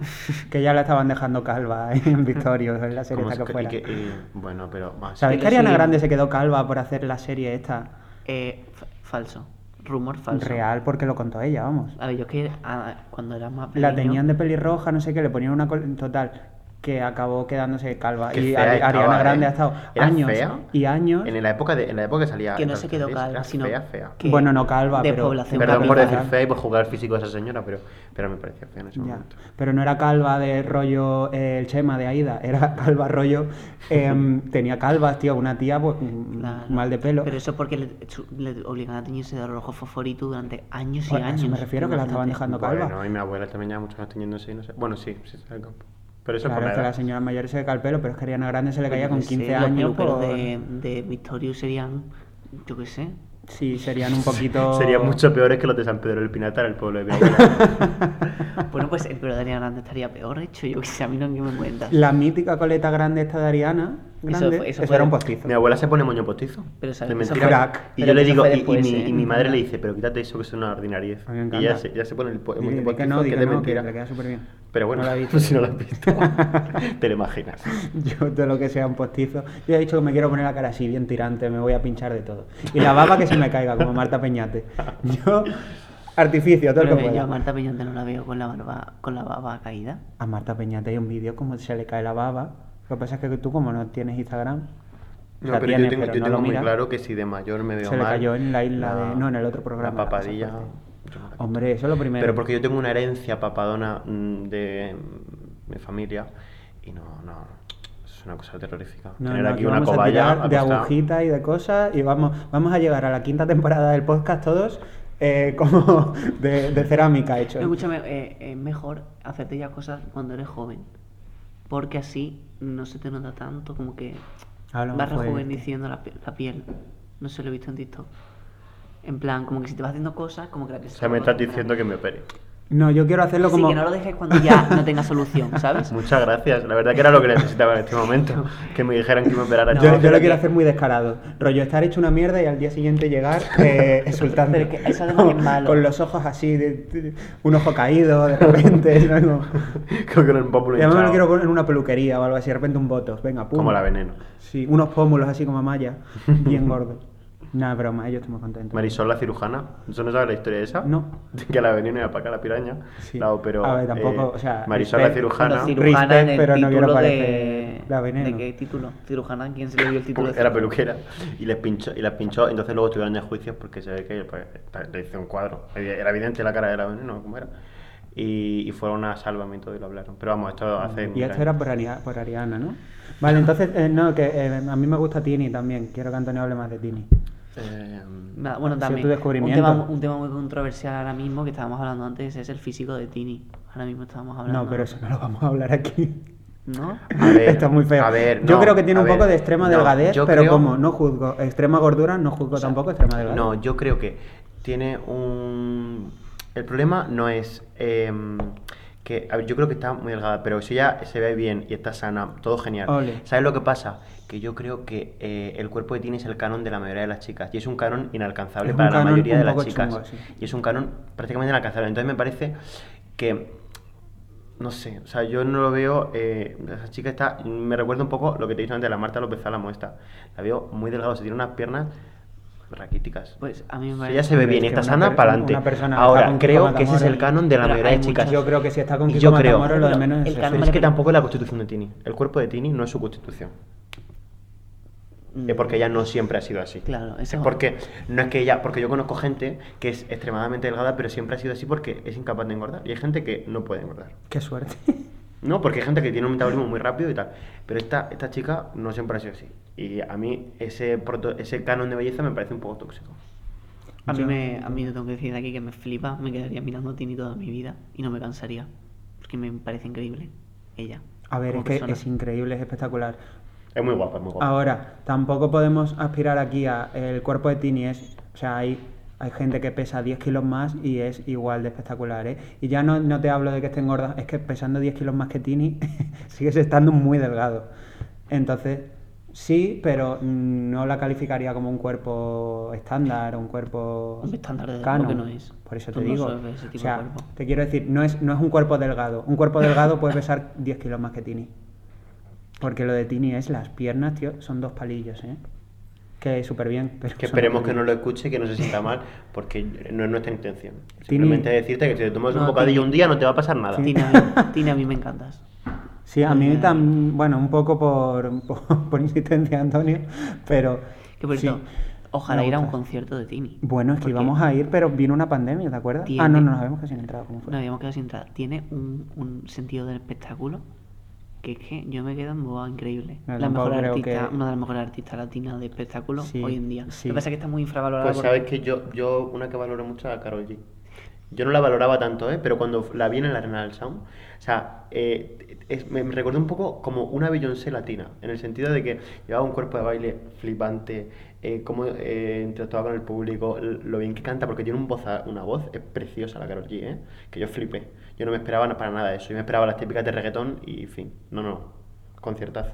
S2: que ya la estaban dejando calva ¿eh? en Victorious, en la serie
S1: Como
S2: esta que
S1: es que- y
S2: fuera.
S1: que- y- bueno, pero... va, sí.
S2: ¿Sabéis
S3: Y
S2: que
S3: que
S2: Ariana
S3: sí.
S2: Grande se quedó calva por hacer la serie esta?
S3: Eh, fa- falso. Rumor falso.
S2: Real, porque lo contó ella, vamos.
S3: A ver, yo es que ah, cuando era más
S2: La
S3: pequeño-
S2: tenían de pelirroja, no sé qué, le ponían una col... Total, que acabó quedándose calva.
S1: Qué
S2: y
S1: fea
S2: Ari-
S1: estaba,
S2: Ariana
S1: ¿eh?
S2: Grande ha estado
S1: Era
S2: años
S1: fea.
S2: y años...
S1: En la época, de, en la época que salía...
S3: Que no se quedó
S1: Era
S3: calva, sino
S1: Fea, fea.
S3: que-
S2: Bueno, no calva, pero-
S3: despoblación
S1: Perdón por
S2: Una
S1: decir
S2: pelirroja.
S1: fea y por jugar físico a esa señora, pero, pero me parecía fea en ese
S2: Ya,
S1: momento.
S2: Pero no era calva de rollo eh, el Chema de Aida, era calva rollo. em, tenía calvas, tío, una tía pues, mm,
S3: Claro.
S2: mal de pelo.
S3: Pero eso porque le, su- le obligan a teñirse de rojo fosforito durante años y
S2: Bueno, a eso
S3: años.
S2: me refiero, que la estaban
S3: imagínate.
S2: dejando calva.
S1: Bueno, y mi abuela también lleva muchos años teniéndose y no sé... Bueno, sí, sí, es algo. Pero eso
S2: claro,
S1: es
S2: es
S1: por
S2: que
S1: la
S2: la
S1: edad.
S2: señora mayor se deca el pelo, pero es que Ariana Grande se le caía
S3: pues Yo
S2: con
S3: qué sé,
S2: 15
S3: los
S2: años.
S3: peluqueros
S2: por-
S3: de, de Victorious serían, yo qué sé.
S2: Sí, serían un poquito.
S1: Serían mucho peores que los de San Pedro del Pinatar, el pueblo de mi abuela.
S3: Bueno, pues el pelo de Ariana Grande estaría peor hecho, yo qué sé, a mí no que me cuentas.
S2: La mítica coleta grande esta de Ariana.
S3: Eso
S2: Grande,
S3: fue- eso
S2: eso
S3: fue-
S2: era un postizo.
S1: mi abuela se pone moño postizo.
S3: Pero, ¿sabes?
S1: De
S3: Eso
S1: mentira.
S2: fue- Crack.
S1: Y
S3: pero
S1: yo le
S3: eso
S1: digo,
S3: fue
S1: y- y,
S3: después,
S1: mi,
S3: ¿eh?
S1: y mi madre le dice, pero quítate eso que es una ordinariez.
S2: A mí me
S1: Y ya
S2: encanta.
S1: se, ya se pone el, po- el
S2: Di-
S1: moño
S2: di
S1: Pues postizo,
S2: que no, di
S1: que
S2: que
S1: es de
S2: no, que
S1: mentira.
S2: le queda súper bien.
S1: Pero bueno,
S2: No la he
S1: no
S2: visto.
S1: si no lo has visto, te lo imaginas.
S2: Yo todo lo que sea un postizo. Yo he dicho que me quiero poner la cara así, bien tirante, me voy a pinchar de todo. Y la baba que se me caiga, como Marta Peñate. Yo, artificio, todo
S3: Pero
S2: lo que
S3: que yo a
S2: pueda.
S3: Marta Peñante no la veo con la barba, con la baba caída.
S2: A Marta Peñate hay un vídeo como se le cae la baba. Lo que pasa es que tú, como no tienes Instagram,
S1: No,
S2: la
S1: pero yo
S2: tienes,
S1: tengo,
S2: pero
S1: yo
S2: no
S1: tengo
S2: lo
S1: muy
S2: miras.
S1: claro que si de mayor me veo
S2: Se le
S1: mal,
S2: cayó en la isla de- no, en el otro programa,
S1: La
S2: la cosa
S1: papadilla.
S2: fuerte. Hombre, eso es lo primero.
S1: Pero porque yo tengo una herencia papadona mm, de mm, mi familia y no, no, es una cosa terrorífica.
S2: No,
S1: Tener
S2: no,
S1: aquí
S2: aquí
S1: una
S2: vamos a
S1: cobaya
S2: tirar de
S1: acostada.
S2: agujitas y de cosas y vamos, vamos a llegar a la quinta temporada del podcast todos eh, como de, de cerámica hecho.
S3: Escúchame, eh, es mejor hacerte ya cosas cuando eres joven. Porque así no se te nota tanto, como que
S2: Habla más
S3: vas
S2: fuerte.
S3: rejuveneciendo la, pi- la piel. No sé, lo he visto en TikTok. En plan, como que si te vas haciendo cosas, como que la piel
S1: O sea, me estás diciendo que me opere.
S2: No, yo quiero hacerlo como...
S3: Sí, que no lo dejes cuando ya no tenga solución, ¿sabes?
S1: Muchas gracias. La verdad que era lo que necesitaba en este momento. Que me dijeran que me operara.
S2: Yo, yo lo quiero hacer muy descarado. Rollo, estar hecho una mierda y al día siguiente llegar eh, exultando.
S3: Pero que eso además es malo.
S2: Con los ojos así, de- de- un ojo caído de repente. ¿eh? ¿no?
S1: Creo que era un pómulo
S2: Y además me lo
S1: hinchado.
S2: quiero poner en una peluquería o algo así, de repente un botox. Venga, pum.
S1: Como la veneno.
S2: Sí, unos pómulos así como malla, bien gordos. Nada, broma, yo estoy muy contento.
S1: Marisol la cirujana. ¿Eso no sabes la historia de esa?
S2: No.
S1: Que la veneno y para acá la piraña.
S2: Sí.
S1: La operó.
S2: A ver, tampoco,
S1: eh,
S2: o sea,
S1: Marisol la
S2: respeto-
S1: cirujana.
S3: Bueno, cirujana
S2: Respect,
S3: en el
S2: pero no quiero
S3: título de...
S2: parecer la veneno.
S3: ¿De qué título? ¿Cirujana? ¿Quién se le dio el título?
S1: Porque
S3: de
S1: pues, era
S3: cirujana?
S1: peluquera y les pinchó y las pinchó entonces luego tuvieron de juicios porque se ve que pues, ta- le hizo un cuadro era evidente la cara de la veneno cómo era y, y fueron a salvamiento y lo hablaron pero vamos esto hace
S2: Ah. Y
S1: mil
S2: esto era
S1: años.
S2: por, Aria- por Ariana, ¿no? Vale, entonces, eh, no, que eh, a mí me gusta Tini también. Quiero que Antonio hable más de Tini.
S1: Eh,
S3: Nada, Bueno,
S2: Ha sido
S3: también.
S2: tu descubrimiento.
S3: Un, tema, un tema muy controversial ahora mismo que estábamos hablando antes es el físico de Tini. Ahora mismo estábamos hablando.
S2: No, pero eso no lo vamos a hablar aquí.
S3: ¿No?
S1: a ver,
S2: Está muy feo.
S1: a ver,
S2: yo
S1: no,
S2: creo que tiene
S1: a
S2: un
S1: ver,
S2: poco de extrema
S1: no,
S2: delgadez,
S1: yo
S2: pero
S1: creo-
S2: como no juzgo extrema gordura, no juzgo tampoco extrema delgadez.
S1: no yo creo que tiene un el problema no es em, que a ver, yo creo que está muy delgada pero si ella se ve bien y está sana todo genial
S2: Ole.
S1: sabes lo que pasa que yo creo que eh, el cuerpo de Tini es el canon de la mayoría de las chicas y es un canon inalcanzable
S2: Es un
S1: para la
S2: canon
S1: mayoría
S2: un
S1: de las
S2: poco
S1: chicas.
S2: chungo, sí.
S1: Y es un canon prácticamente inalcanzable. Entonces me parece que. No sé, o sea, yo no lo veo. eh, esa chica está. Me recuerda un poco lo que te he dicho antes, la Marta López Álamo esta. La veo muy delgada, se tiene unas piernas raquíticas.
S3: Pues a mí me
S1: Si
S3: parece.
S1: ella se ve bien y
S2: Es que
S1: está
S2: una
S1: sana,
S2: per-
S1: para
S2: una persona
S1: adelante.
S2: que está
S1: Ahora,
S2: con Kiko
S1: creo que ese es el
S2: Matamoros.
S1: canon de la
S3: Pero
S1: mayoría de
S3: hay
S1: chicas.
S3: muchas-
S2: Yo creo que si está con
S1: Y
S2: Kiko
S1: yo creo-
S2: Matamoros, lo de menos es
S3: El
S2: eso.
S3: canon
S1: Pero es que
S3: Pero-
S1: tampoco es la constitución de Tini. El cuerpo de Tini no es su constitución.
S3: Mm,
S1: Es porque ella no siempre ha sido así.
S3: Claro, eso
S1: Es porque no es que ella, porque yo conozco gente que es extremadamente delgada, pero siempre ha sido así porque es incapaz de engordar. Y hay gente que no puede engordar.
S2: Qué suerte.
S1: No, porque hay gente que tiene un metabolismo muy rápido y tal. Pero esta, esta chica no siempre ha sido así. Y a mí ese, proto- ese canon de belleza me parece un poco tóxico.
S3: A mí,
S2: Yo-
S3: me, a mí te tengo que decir de aquí que me flipa, me quedaría mirando a Tini toda mi vida y no me cansaría. Porque me parece increíble ella.
S2: A ver,
S3: como
S2: es que
S3: persona.
S2: es increíble, es espectacular.
S1: Es muy guapa, es muy guapa.
S2: Ahora, tampoco podemos aspirar aquí a el cuerpo de Tini es, o sea, hay, hay gente que pesa 10 kilos más y es igual de espectacular, ¿eh? Y ya no, no te hablo de que esté engorda, es que pesando 10 kilos más que Tini sigues estando muy delgado. Entonces, Sí, pero no la calificaría como un cuerpo estándar o un cuerpo
S3: Un estándar de-
S2: canon.
S3: porque no es.
S2: Por eso
S3: Tú
S2: te
S3: no
S2: digo.
S3: sabes ese tipo
S2: o sea,
S3: de cuerpo.
S2: te quiero decir, no es, no es un cuerpo delgado. Un cuerpo delgado puede pesar 10 kilos más que Tini. Porque lo de Tini es las piernas, tío, son dos palillos, ¿eh? Que súper bien. Pero
S1: Que
S2: son
S1: esperemos
S2: dos
S1: que no
S2: palillos.
S1: lo escuche, que no se sienta mal, porque no es nuestra intención.
S2: Tini-
S1: Simplemente decirte que si te tomas un
S3: No,
S1: bocadillo
S3: Tini-
S1: un día no te va a pasar nada.
S3: Tina, a mí- Tina, a mí me encantas.
S2: Sí, a mí
S1: Mm.
S3: Eh.
S2: también, bueno, un poco por, por, por insistencia de Antonio, pero...
S3: Que por
S2: sí,
S3: cierto, ojalá
S2: me
S3: ir a un
S2: gustas.
S3: concierto de Tini.
S2: Bueno, es que
S3: Porque
S2: íbamos a ir, pero vino una pandemia, ¿te acuerdas? Ah,
S3: Tiene-
S2: no, no, nos habíamos casi entrado, ¿cómo fue?
S3: Nos habíamos quedado sin entrada. Tiene un, un sentido del espectáculo que es que yo me quedo en boa increíble.
S2: No,
S3: la
S2: tampoco
S3: mejor
S2: creo
S3: artista,
S2: que-
S3: una de las mejores artistas latinas de espectáculo
S2: Sí,
S3: hoy en día.
S2: sí.
S3: Lo que pasa es que está muy infravalorada.
S1: Pues
S3: porque-
S1: sabes que yo, yo una que valoro mucho es a Carol G. Yo no la valoraba tanto, ¿eh? pero cuando la vi en la Arena del Sound, o sea, eh, es- me, me recordó un poco como una Beyoncé latina, en el sentido de que llevaba un cuerpo de baile flipante, eh, cómo eh, interactuaba con el público, l- lo bien que canta, porque tiene un voza- una voz es preciosa la Carol G, ¿eh? que yo flipé. Yo no me esperaba na- para nada eso, yo me esperaba las típicas de reggaetón y fin. No, no, conciertazo.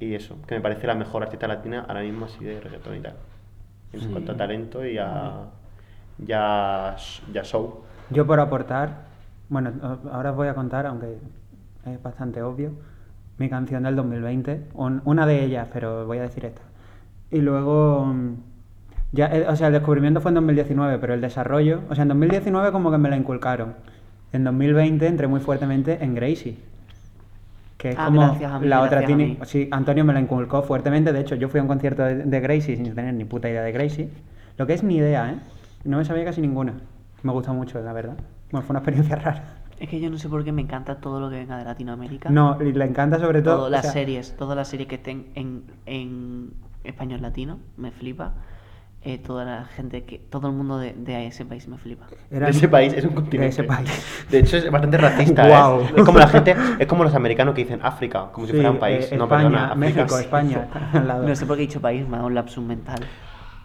S1: Y eso, que me parece la mejor artista latina ahora mismo así de reggaetón y tal. En cuanto a talento y a, y a, y a show.
S2: Yo por aportar, bueno, o- ahora os voy a contar, aunque es bastante obvio, mi canción del 2020, un- una de ellas, pero voy a decir esta. Y luego, mm, ya, eh, o sea, el descubrimiento fue en 2019, pero el desarrollo, o sea, en 2019 como que me la inculcaron. En 2020 entré muy fuertemente en Gracie. Que es
S3: Ah,
S2: como
S3: gracias a mí,
S2: la otra
S3: gracias a
S2: Tini.
S3: mí.
S2: Sí, Antonio me la inculcó fuertemente. De hecho, yo fui a un concierto de, de Gracie sin tener ni puta idea de Gracie. Lo que es ni idea, ¿eh? No me sabía casi ninguna. Me gustó mucho, la verdad. Bueno, fue una experiencia rara.
S3: Es que yo no sé por qué me encanta todo lo que venga de Latinoamérica.
S2: No, y le encanta sobre todo.
S3: Todas
S2: o
S3: las
S2: sea,
S3: series, todas las series que estén en, en español latino, me flipa. Eh, toda la gente que, todo el mundo de, de ese país me flipa.
S2: eran-
S1: De ese país, es un continente.
S2: De ese país.
S1: De hecho, es bastante racista. ¿eh?
S2: Guau.
S1: Es como la gente, es como los americanos que dicen África, como si fuera un
S2: Sí,
S1: país.
S2: eh,
S1: no,
S2: España,
S1: perdona, África.
S2: México, España, están al lado.
S3: No sé por qué he dicho país, me ha dado un lapsus mental.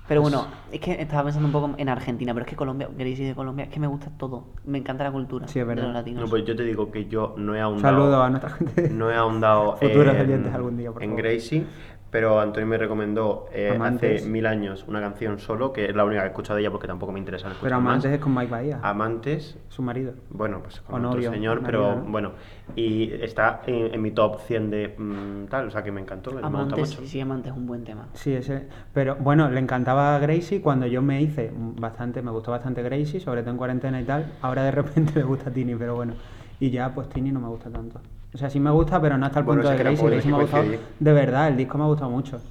S3: Pero bueno, es que estaba pensando un poco en Argentina, pero es que Colombia, queréis decir de Colombia, es que me gusta todo. Me encanta la cultura
S2: Sí, es verdad.
S3: de los latinos.
S1: No, pues yo te digo que yo no he ahondado.
S2: Saludo a nuestra gente.
S1: No he ahondado
S2: Futuros
S1: en,
S2: oyentes algún día, por
S1: en
S2: favor.
S1: Gracie, pero Antonio me recomendó eh, hace
S2: Amantes.
S1: mil años una canción solo, que es la única que he escuchado de ella porque tampoco me interesa escuchar
S2: Pero amantes
S1: más.
S2: es con Mike Bahía,
S1: Amantes
S2: su marido.
S1: Bueno, pues con
S2: Honorio,
S1: otro señor,
S2: marido,
S1: pero
S2: ¿no?
S1: bueno. Y está en, en mi top 100 de mm, tal, o sea que me encantó, me encantó
S3: Amantes,
S1: mucho.
S3: sí, Amantes es un buen tema.
S2: Sí, ese. Pero bueno, le encantaba a Gracie cuando yo me hice bastante, me gustó bastante Gracie, sobre todo en cuarentena y tal. Ahora de repente me gusta Tini, pero bueno. Y ya, pues Tini no me gusta tanto. O sea, sí me gusta, pero no hasta el
S1: Bueno,
S2: punto
S1: eso
S2: de
S1: es que
S2: Gracie.
S1: tampoco
S2: Gracie me ha
S1: elegí
S2: gustado.
S1: coincidir.
S2: De verdad, el disco me ha gustado mucho.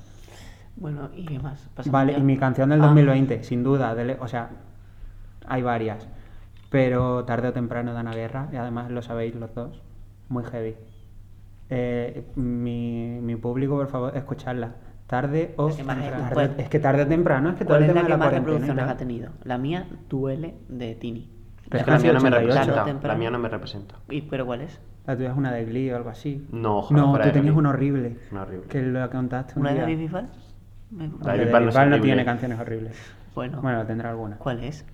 S3: Bueno, ¿y qué más? Pasamos
S2: Vale,
S3: ya.
S2: y mi canción del
S3: Ah,
S2: 2020, sin duda. de le- o sea, hay varias. Pero tarde o temprano dan a guerra, y además lo sabéis los dos. Muy heavy. Eh, mi, mi público, por favor, escucharla. Tarde o
S3: Es que más-
S2: temprano.
S3: ¿cuál-
S2: es que tarde o temprano, es que todo
S3: ¿Cuál
S2: el
S3: es
S2: tema
S3: la
S2: de
S3: que
S2: la
S3: más
S2: cuarentena. y
S3: reproducciones
S2: tal.
S3: ha tenido? La mía duele de Tini.
S2: Pero
S1: Es
S2: es
S1: que la
S2: que
S1: mía
S2: han
S1: no me
S2: sido 88.
S1: representa.
S3: Temprano.
S1: La mía no me representa.
S3: ¿Y pero cuál es?
S2: La tuya es una de Glee o algo así.
S1: No, ojalá
S2: No,
S1: fuera
S2: tú
S1: de
S2: tenías
S1: Glee.
S2: una horrible.
S1: Una horrible.
S2: Que lo contaste un
S3: ¿Una de
S2: día.
S3: David Bisbal? Me-
S1: La
S2: La
S1: David
S2: de
S1: Bisbal no es
S2: Bisbal no
S1: horrible.
S2: tiene canciones horribles.
S3: Bueno,
S2: Bueno, tendrá alguna.
S3: ¿cuál es?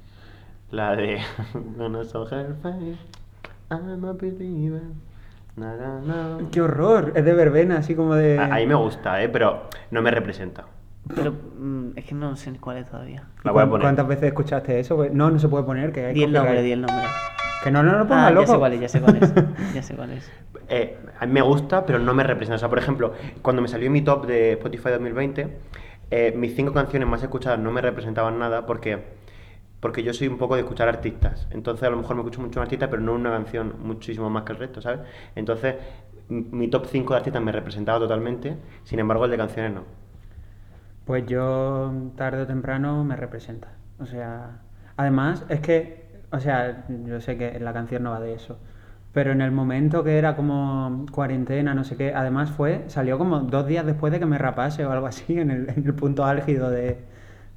S1: La de Gonna saw her face, I'm a believer. Na, na, na.
S2: ¡Qué horror! Es de verbena, así como de...
S1: A, a mí me gusta, eh, pero no me representa.
S3: Pero mm, es que no sé cuál es todavía.
S1: La voy a
S2: ¿Cuán-
S1: poner.
S2: ¿Cuántas veces escuchaste eso? Pues, no, no se puede poner, que hay
S3: Di el nombre,
S2: copyright.
S3: di el nombre.
S2: Que no, no lo pongas,
S3: Ah,
S2: loco.
S3: ya sé cuál es, ya sé cuál es. Ya sé cuál es.
S1: Eh, a mí me gusta, pero no me representa. O sea, por ejemplo, cuando me salió mi top de Spotify 2020, eh, mis cinco canciones más escuchadas no me representaban nada porque, porque yo soy un poco de escuchar artistas. Entonces, a lo mejor me escucho mucho un artista, pero no una canción muchísimo más que el resto, ¿sabes? Entonces, m- mi top 5 de artistas me representaba totalmente, sin embargo, el de canciones no.
S2: Pues yo tarde o temprano me representa. O sea, además es que, o sea, yo sé que la canción no va de eso. Pero en el momento que era como cuarentena, no sé qué, además fue, salió como dos días después de que me rapase o algo así, en el, en el punto álgido de-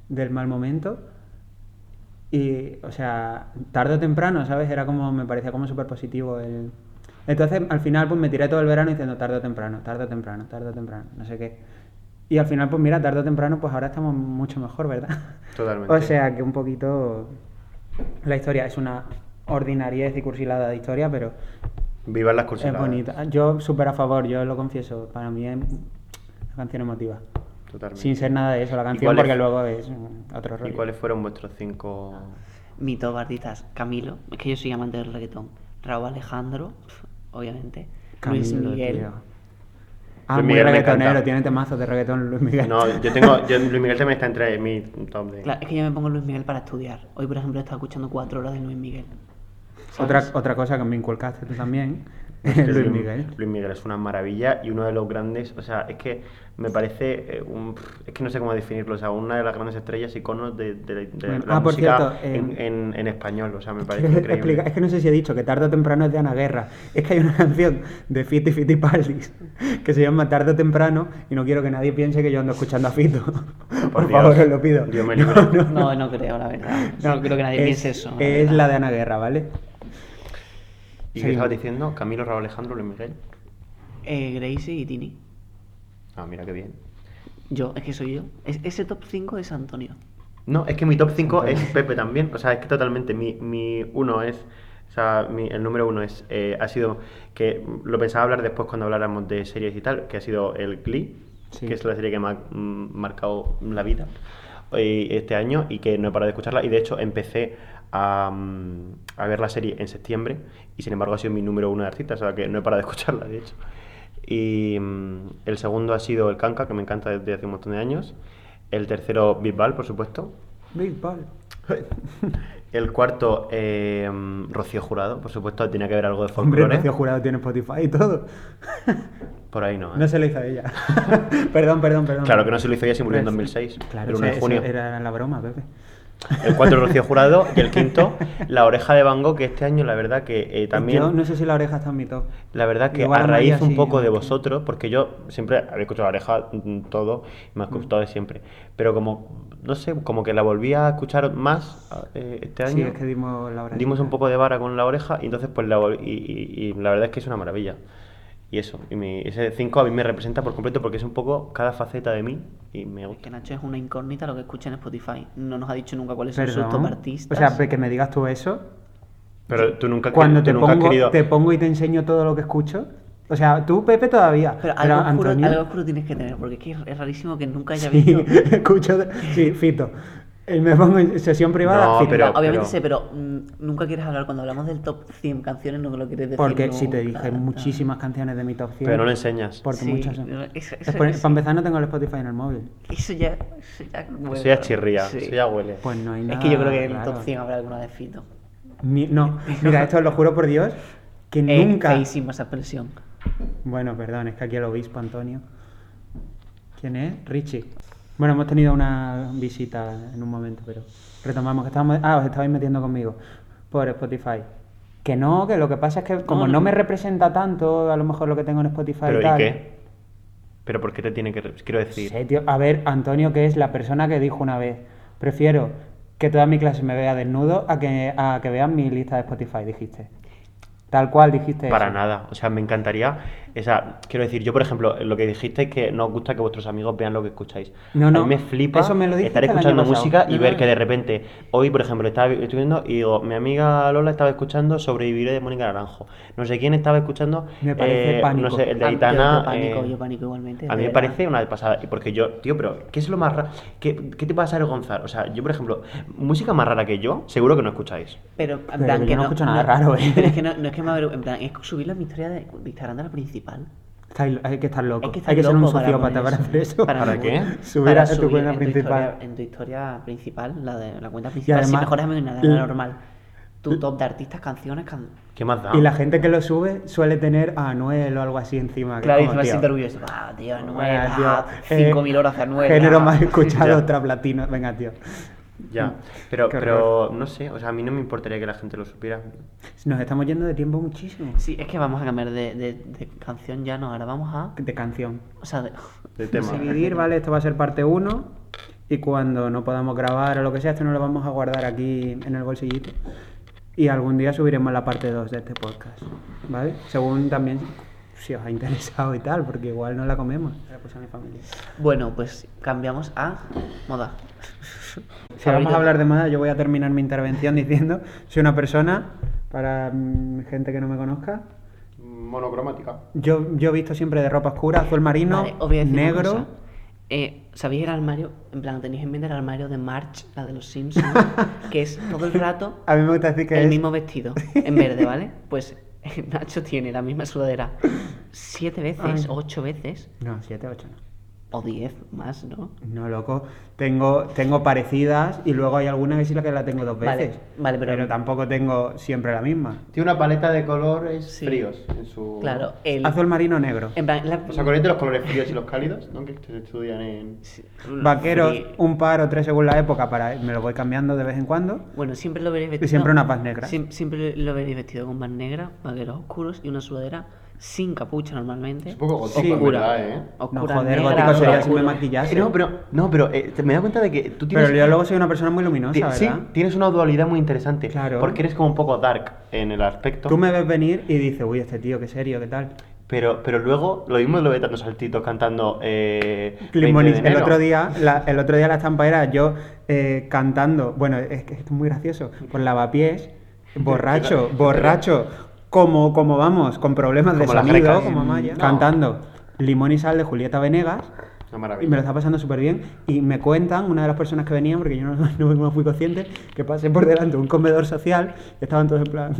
S2: del mal momento. Y, o sea, tarde o temprano, ¿sabes? Era como, me parecía como súper positivo el... Entonces, al final, pues me tiré todo el verano diciendo tarde o temprano, tarde o temprano, tarde o temprano, no sé qué. Y al final, pues mira, tarde o temprano, pues ahora estamos mucho mejor, ¿verdad?
S1: Totalmente.
S2: O sea, que un poquito... La historia es una ordinariez y cursilada de historia, pero
S1: Vivan las cursiladas.
S2: es bonita. Yo súper a favor, yo lo confieso. Para mí es, Una canción emotiva.
S1: Totalmente.
S2: Sin ser nada de eso, la canción,
S1: cuál es-
S2: porque luego es mm, otro rollo.
S1: ¿Y cuáles fueron vuestros cinco...?
S3: Mi top artistas, Camilo, es que yo soy amante del reggaetón. Raúl Alejandro, pf, obviamente. Luis
S2: Camilo,
S3: Miguel.
S2: tío. Ah,
S1: Luis
S2: muy
S1: Miguel me
S2: reggaetonero,
S1: encanta.
S2: tiene temazos de reggaetón Luis Miguel.
S1: No, yo tengo... yo- Luis Miguel también está entre mi top de...
S3: Claro, es que yo me pongo Luis Miguel para estudiar. Hoy, por ejemplo, he estado escuchando cuatro horas de Luis Miguel.
S2: otra,
S3: ¿sabes?
S2: otra cosa que me inculcaste tú también,
S1: Es que
S2: Luis Miguel.
S1: Luis Miguel es una maravilla y uno de los grandes, o sea, es que me parece, eh, un, es que no sé cómo definirlo, o sea, una de las grandes estrellas, iconos de, de- de
S2: Bueno,
S1: la
S2: ah, por
S1: música
S2: cierto, eh,
S1: en, en- en español, o sea, me parece
S2: Quiero explicar-
S1: increíble.
S2: es que no sé si he dicho que tarde o temprano es de Ana Guerra. Es que hay una canción de Fito y Fitipaldis que se llama Tarde o temprano y no quiero que nadie piense que yo ando escuchando a Fito. Por,
S1: Dios.
S2: favor, os lo pido.
S1: Dios me libre.
S3: No, no creo, la verdad. No, creo que nadie
S2: es,
S3: piense eso. la
S2: Es
S3: verdad.
S2: la de Ana Guerra, ¿vale?
S1: ¿Y
S2: Seguimos.
S1: qué estabas diciendo? Camilo, Raúl Alejandro, Luis Miguel.
S3: Eh, Gracie y Tini.
S1: Ah, mira qué bien.
S3: Yo, es que soy yo. Es- ese top 5 es Antonio.
S1: No, es que mi top 5 es Pepe también. O sea, es que totalmente mi, mi uno es. O sea, mi- el número uno es. eh, ha sido. Que lo pensaba hablar después cuando habláramos de series y tal, que ha sido el Glee,
S2: Sí.
S1: que es la serie que me ha mm, marcado la vida eh, este año y que no he parado de escucharla. Y de hecho, empecé a, mm, a ver la serie en septiembre y sin embargo ha sido mi número uno de artista, o sea, que no he parado de escucharla, de hecho. Y mm, el segundo ha sido el Kanka, que me encanta desde hace un montón de años. El tercero, Bisbal, por supuesto.
S2: Big Ball.
S1: El cuarto, eh, mm, Rocío Jurado, por supuesto, tenía que haber algo de
S2: Hombre,
S1: folclore.
S2: Rocío Jurado tiene Spotify y todo.
S1: Por ahí no. ¿eh?
S2: No se lo hizo a ella. perdón, perdón, perdón.
S1: Claro que no se lo hizo ella, se murió en
S2: Pero-
S1: 2006,
S2: Claro,
S1: el uno de
S2: esa- esa
S1: junio.
S2: era la broma, Pepe.
S1: El cuarto, Rocío Jurado. Y el quinto, La Oreja de Van Gogh, que este año, la verdad que eh, también.
S2: Yo no sé si la oreja está en mi top.
S1: La verdad que
S2: Igual
S1: a
S2: a
S1: raíz
S2: María
S1: un
S2: sí,
S1: poco de
S2: aunque-
S1: vosotros, porque yo siempre había escuchado la oreja mm, todo, me ha gustado de siempre, pero como, no sé, como que la volví a escuchar más eh, este
S2: Sí,
S1: año,
S2: es que dimos la oreja.
S1: dimos un poco de vara con la oreja y entonces pues la volví- y, y- y la verdad es que es una maravilla. Y eso, y mi- ese 5 a mí me representa por completo porque es un poco cada faceta de mí y me
S3: Es que
S1: gusta.
S3: Nacho es una incógnita lo que escucha en Spotify. No nos ha dicho nunca cuáles son sus top
S2: Perdón. O
S3: artistas.
S2: sea, pe- que me digas tú eso.
S1: Pero tú nunca,
S2: Cuando
S1: tú
S2: te
S1: nunca has
S2: pongo,
S1: querido...
S2: te pongo y te enseño todo lo que escucho. O sea, tú, Pepe, todavía.
S3: Pero
S2: pero
S3: algo, oscuro,
S2: Antonio-
S3: algo oscuro tienes que tener, porque es que es rarísimo que nunca haya
S2: Sí,
S3: visto.
S2: escucho. de- Sí, Fito. Y me pongo en sesión privada.
S1: No,
S2: Fito.
S1: pero-
S3: Obviamente sé, pero mm, nunca quieres hablar. Cuando hablamos del top 100 canciones, no lo quieres decir.
S2: Porque si
S3: nunca,
S2: te dije
S3: tal.
S2: muchísimas canciones de mi top 100.
S1: Pero no lo enseñas.
S2: Porque
S3: Sí,
S2: muchas.
S3: no, eso-
S2: Es
S3: eso-
S2: por-
S3: eso-
S2: Para empezar, no tengo el Spotify en el móvil.
S3: Eso ya. Eso ya, bueno,
S1: Eso ya chirría,
S3: sí.
S1: eso ya huele.
S2: Pues no hay nada.
S3: Es que yo creo que en el
S2: raro.
S3: top 100 habrá alguna de Fito.
S2: Ni- no, mira, esto lo juro por Dios. Que
S3: Eh,
S2: nunca.
S3: Feísima esa expresión.
S2: Bueno, perdón, es que aquí el obispo Antonio. ¿Quién es? Richie. Bueno, hemos tenido una visita en un momento, pero retomamos que estábamos. Ah, os estabais metiendo conmigo por Spotify. Que no, que lo que pasa es que como
S3: No,
S2: no,
S3: no.
S2: me representa tanto, a lo mejor lo que tengo en Spotify
S1: pero
S2: y tal.
S1: ¿y qué? ¿Pero por qué te tiene que... re- Quiero
S2: Sí,
S1: decir...
S2: "Eh, tío. A ver, Antonio, que es la persona que dijo una vez, prefiero que toda mi clase me vea desnudo a que, a que vean mi lista de Spotify, dijiste. Tal cual dijiste.
S1: Para
S2: eso.
S1: nada. O sea, me encantaría. O sea, quiero decir, yo, por ejemplo, lo que dijisteis que no os gusta que vuestros amigos vean lo que escucháis.
S2: No,
S1: A
S2: no,
S1: mí me flipa
S2: eso me lo dijiste
S1: estar
S2: el año
S1: escuchando
S2: pasado.
S1: música y
S3: No,
S1: ver
S3: no.
S1: que de repente, hoy, por ejemplo, estaba estoy viendo y digo, mi amiga Lola estaba escuchando Sobreviviré de Mónica Naranjo. No sé quién estaba escuchando.
S2: Me parece
S1: eh,
S2: pánico.
S1: No sé, el de
S3: Ah, yo-
S1: Aitana.
S3: yo pánico,
S1: eh,
S3: yo pánico igualmente,
S1: A mí
S3: de
S1: me
S3: verdad.
S1: parece una de pasada. Y porque yo, tío, pero, ¿qué es lo más raro? ¿Qué, qué te pasa avergonzar? O sea, yo, por ejemplo, música más rara que yo, seguro que no escucháis.
S3: Pero, en
S2: Pero
S3: plan,
S2: yo
S3: que
S2: no escucho nada raro, ¿eh?
S3: Pero es que no, no es que me avergüe- En plan, es subirlo a mi historia de, de Instagram de la principal.
S2: Estáis- hay que estar loco.
S3: Es que
S2: hay que ser un
S3: loco para
S2: sociópata
S3: poner
S2: para hacer eso.
S1: ¿Para
S3: mí,
S1: qué?
S3: para
S2: Subir a tu cuenta
S3: en
S2: principal.
S3: historia- en tu historia principal, la de la cuenta principal. si
S2: además-
S3: mejoras en nada,
S2: l-
S3: la normal. Tu top de artistas, canciones, can...
S1: ¿Qué más da?
S2: Y la gente que lo sube suele tener a Anuel o algo así encima. que
S3: Claro, y
S2: es Ah, como,
S3: encima
S2: tío,
S3: siento orgulloso. Ah, tío, Anuel,
S2: venga,
S3: ah,
S2: tío,
S3: 5.000
S2: eh,
S3: horas de Anuel.
S2: Género
S3: ah.
S2: más escuchado,
S1: Ya.
S2: trap latino. Venga, tío.
S1: Ya, pero,
S2: Mm. Qué
S1: pero no sé, o sea, a mí no me importaría que la gente lo supiera.
S2: Nos estamos yendo de tiempo muchísimo.
S3: Sí, es que vamos a cambiar de, de- de canción ya, no, ahora vamos a...
S2: De canción.
S3: O sea, de-
S1: De tema.
S2: Dividir, ¿vale? Esto va a ser parte 1. Y cuando no podamos grabar o lo que sea, esto no lo vamos a guardar aquí en el bolsillito. Y algún día subiremos la parte 2 de este podcast, ¿vale? Según también si os ha interesado y tal, porque igual no la comemos. Se la puse a mi familia.
S3: Bueno, pues cambiamos a moda.
S2: Si vamos a hablar de moda, yo voy a terminar mi intervención diciendo, soy una persona, para mm, gente que no me conozca,
S1: monocromática.
S2: Yo, yo he visto siempre de ropa oscura, azul marino,
S3: Vale, os voy a decir una cosa.
S2: negro.
S3: Eh, ¿Sabéis el armario? En plan, tenéis en mente el armario de March, la de los Simpsons, que es todo el rato
S2: A mí me gusta decir que
S3: el
S2: es
S3: mismo vestido, en verde, ¿vale? Pues Nacho tiene la misma sudadera siete veces,
S2: Ay.
S3: ocho veces,
S2: No, 7, 8 no.
S3: o diez más, ¿no?
S2: No, loco. Tengo, tengo parecidas y luego hay alguna que sí la que la tengo dos
S3: Vale,
S2: veces.
S3: vale, pero-
S2: tampoco tengo siempre la misma.
S1: Tiene una paleta de colores
S3: Sí.
S1: fríos en su...
S3: Claro, el...
S2: Azul marino negro.
S3: En plan, la-
S1: ¿Os acordáis de los colores fríos y los cálidos? ¿No? Que se estudian en...
S3: Sí.
S2: Vaqueros,
S3: Sí.
S2: un par o tres según la época, para me lo voy cambiando de vez en cuando.
S3: Bueno, siempre lo veréis
S2: Y
S3: vestido.
S2: siempre una paz negra.
S3: siem- siempre lo veréis vestido con paz negra, vaqueros oscuros y una sudadera sin capucha normalmente.
S1: Es un poco gótico,
S2: Sí.
S1: en verdad, ¿eh?
S3: Oscura,
S2: no, joder,
S3: negra,
S2: gótico sería si
S3: oscuro.
S2: me maquillase.
S1: No, pero, no, pero eh, te- me he dado cuenta de que tú tienes...
S2: Pero yo luego soy una persona muy luminosa,
S1: ti-
S2: ¿verdad?
S1: sí, tienes una dualidad muy interesante.
S2: Claro.
S1: Porque eres como un poco dark en el aspecto.
S2: Tú me ves venir y dices, uy, este tío, qué serio, qué tal.
S1: Pero, pero luego lo mismo lo ve dando saltitos cantando. Eh, 20 de
S2: Climoni- el
S1: enero.
S2: otro día la, el otro día la estampa era yo eh, cantando bueno es que esto es muy gracioso con lavapiés borracho borracho como como vamos con problemas de
S1: Como las
S2: sonido
S1: grecas.
S2: como Maya,
S1: No.
S2: cantando limón y sal de Julieta Venegas
S1: Una
S2: y me lo
S1: maravilla.
S2: está pasando súper bien y me cuentan una de las personas que venían porque yo no, no, no fui consciente que pasé por delante de un comedor social y estaban todos en plan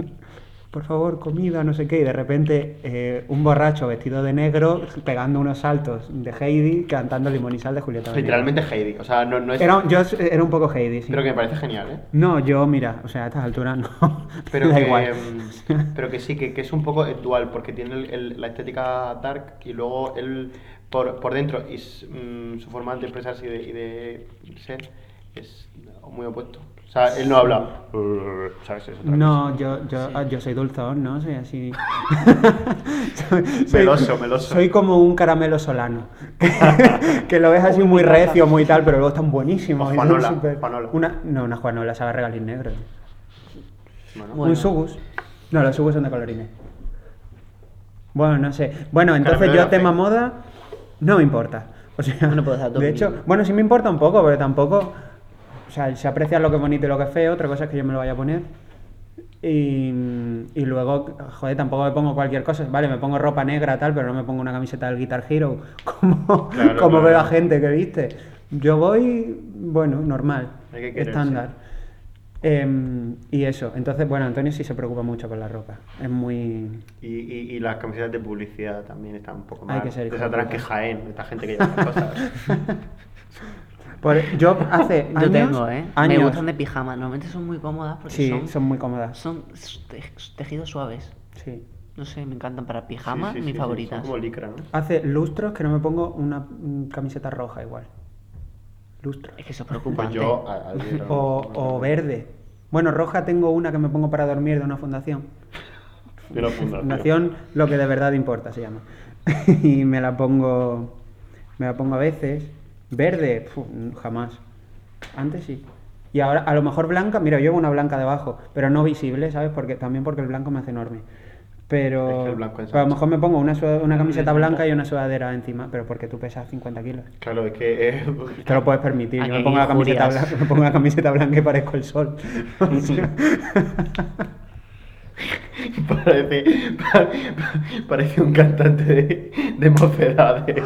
S2: por favor comida no sé qué y de repente eh, un borracho vestido de negro pegando unos saltos de Heidi cantando limón y sal de Julieta Venegas.
S1: Literalmente Heidi. O sea, no, no es.
S2: era, yo s- era un poco Heidi sí.
S1: Pero que me parece genial, ¿eh?
S2: no yo mira o sea a estas alturas no
S1: Pero,
S2: da
S1: que,
S2: igual
S1: mm, pero que sí, que, que es un poco dual, porque tiene el- el- la estética dark y luego él por, por dentro y s- mm, su forma de expresarse y de, y de ser es muy opuesto. O sea, él no habla. ¿Sabes? Es otra
S2: No, yo, yo,
S3: Sí.
S2: ah, yo soy dulzón, ¿no? Soy así.
S1: Meloso, meloso.
S2: Soy como un caramelo solano. que- que lo ves así muy recio, muy tal, pero luego están buenísimos.
S1: O
S2: y son
S1: Juanola, Juanola.
S2: Una, no, una Juanola, sabe regalín negro.
S1: cosa. Bueno.
S3: Bueno.
S2: Un Sugus. No, los Sugus son de colorines. Bueno, no sé. Bueno, entonces
S1: Caramelo de
S2: yo
S1: la
S2: tema
S1: fe.
S2: moda no me importa. O sea,
S3: Bueno, puedes dar tu
S2: de
S3: opinión.
S2: hecho, bueno, sí me importa un poco, pero tampoco. O sea, se aprecia lo que es bonito y lo que es feo, otra cosa es que yo me lo vaya a poner. Y, y luego, joder, tampoco me pongo cualquier cosa. Vale, me pongo ropa negra, tal, pero no me pongo una camiseta del Guitar Hero, como,
S1: Claro,
S2: como
S1: claro.
S2: veo a gente que viste. Yo voy, bueno, normal,
S1: Hay que quererse.
S2: estándar. Em, y eso, entonces, bueno, Antonio sí se preocupa mucho con la ropa. Es muy.
S1: Y, y, y las camisetas de publicidad también están un poco
S2: Hay
S1: más
S2: que ser hijo de
S1: desatrás
S2: puta.
S1: que Jaén, esta gente que lleva cosas.
S2: Por- yo hace años.
S3: Yo tengo, ¿eh?
S2: años-
S3: Me gustan de pijama. Normalmente son muy cómodas porque
S2: Sí,
S3: son,
S2: son... muy cómodas.
S3: son te- tejidos suaves.
S2: Sí.
S3: No sé, me encantan para pijama,
S1: Sí, sí, sí,
S3: mis
S1: sí,
S3: favoritas.
S1: son como licra, ¿no?
S2: Hace lustros que no me pongo una mm, camiseta roja igual. Lustros.
S3: Es que eso es
S1: Pues
S3: Ah, preocupante.
S1: yo a- ayer-
S2: O, o verde. Bueno, roja tengo una que me pongo para dormir de una fundación.
S1: De Pues la fundación.
S2: Fundación, lo que de verdad importa se llama. y me la pongo. Me la pongo a veces. Verde, puf, jamás. Antes sí. Y ahora, a lo mejor blanca, mira, yo llevo una blanca debajo, pero no visible, ¿sabes? Porque, también porque el blanco me hace enorme. Pero,
S1: Es que el blanco es
S2: pero a lo
S1: ancho. Mm,
S2: mejor me pongo una, suda- una camiseta blanca y una sudadera encima, pero porque tú pesas 50 kilos.
S1: Claro, es que eh,
S2: Te lo puedes permitir. Yo
S3: Aquí
S2: me
S3: hay
S2: pongo, la camiseta
S3: injurias.
S2: blanca, me pongo la camiseta blanca y parezco el sol. O sea,
S1: parece, pa- parece un cantante de, de mocedades.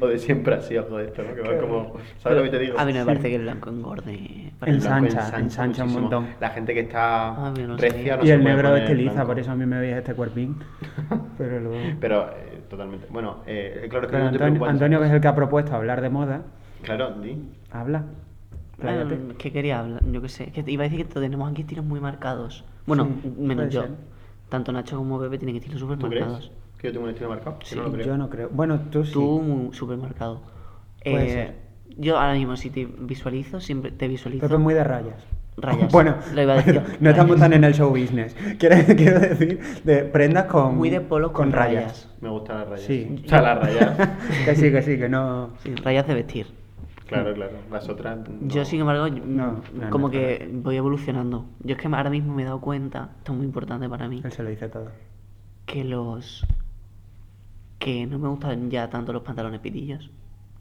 S1: o de siempre así, ojo de esto, ¿no? Que va como. ¿Sabes lo que te digo?
S3: A mí no me parece que el blanco engorde.
S1: El
S2: El
S3: Parece-
S1: blanco
S2: Ensancha, ensancha un
S1: muchísimo.
S2: montón.
S1: La gente que está
S3: Ah, mira, no
S1: recia
S3: sabía.
S1: no
S2: y
S1: se
S2: el
S1: puede
S2: negro
S1: poner
S2: estiliza,
S1: blanco.
S2: por eso a mí me veis este cuerpín. Pero luego.
S1: Pero, eh, totalmente. Bueno, eh, claro que
S2: Pero
S1: no te
S2: Antonio,
S1: preocupes.
S2: Antonio, que es el que ha propuesto hablar de moda,
S1: Claro, di.
S2: habla. Pláyate.
S1: Ah,
S3: Mm, ¿Qué quería hablar? Yo qué sé. Que te iba a decir que tenemos aquí tiros muy marcados. Bueno, mm,
S2: Sí,
S3: menos
S2: puede
S3: yo.
S2: ser.
S3: Tanto Nacho como Pepe tienen que tiros súper
S1: ¿Tú
S3: marcados.
S1: crees que yo tengo un estilo marcado? Yo
S3: Sí,
S1: no lo creo.
S2: Yo no creo. Bueno, tú sí.
S3: Tú muy- súper marcado.
S2: Puede
S3: Eh,
S2: ser.
S3: Yo ahora mismo, si te visualizo, siempre te visualizo.
S2: Pepe es muy de rayas.
S3: Rayas,
S2: Bueno,
S3: lo iba a decir,
S2: pero no estamos
S3: rayas.
S2: tan en el show business. Quiero, quiero decir, de prendas con.
S3: Muy de polos con rayas.
S1: Me gustan las rayas.
S2: Sí.
S1: O sea, las rayas.
S2: que sí, que sí, que no.
S3: Sí, rayas de vestir.
S1: claro, claro. Las otras. no.
S3: Yo, sin embargo,
S2: No, no,
S3: como
S2: no,
S3: que voy evolucionando. Yo es que ahora mismo me he dado cuenta, esto es muy importante para mí,
S2: Él se lo dice todo.
S3: que los. que no me gustan ya tanto los pantalones pitillos,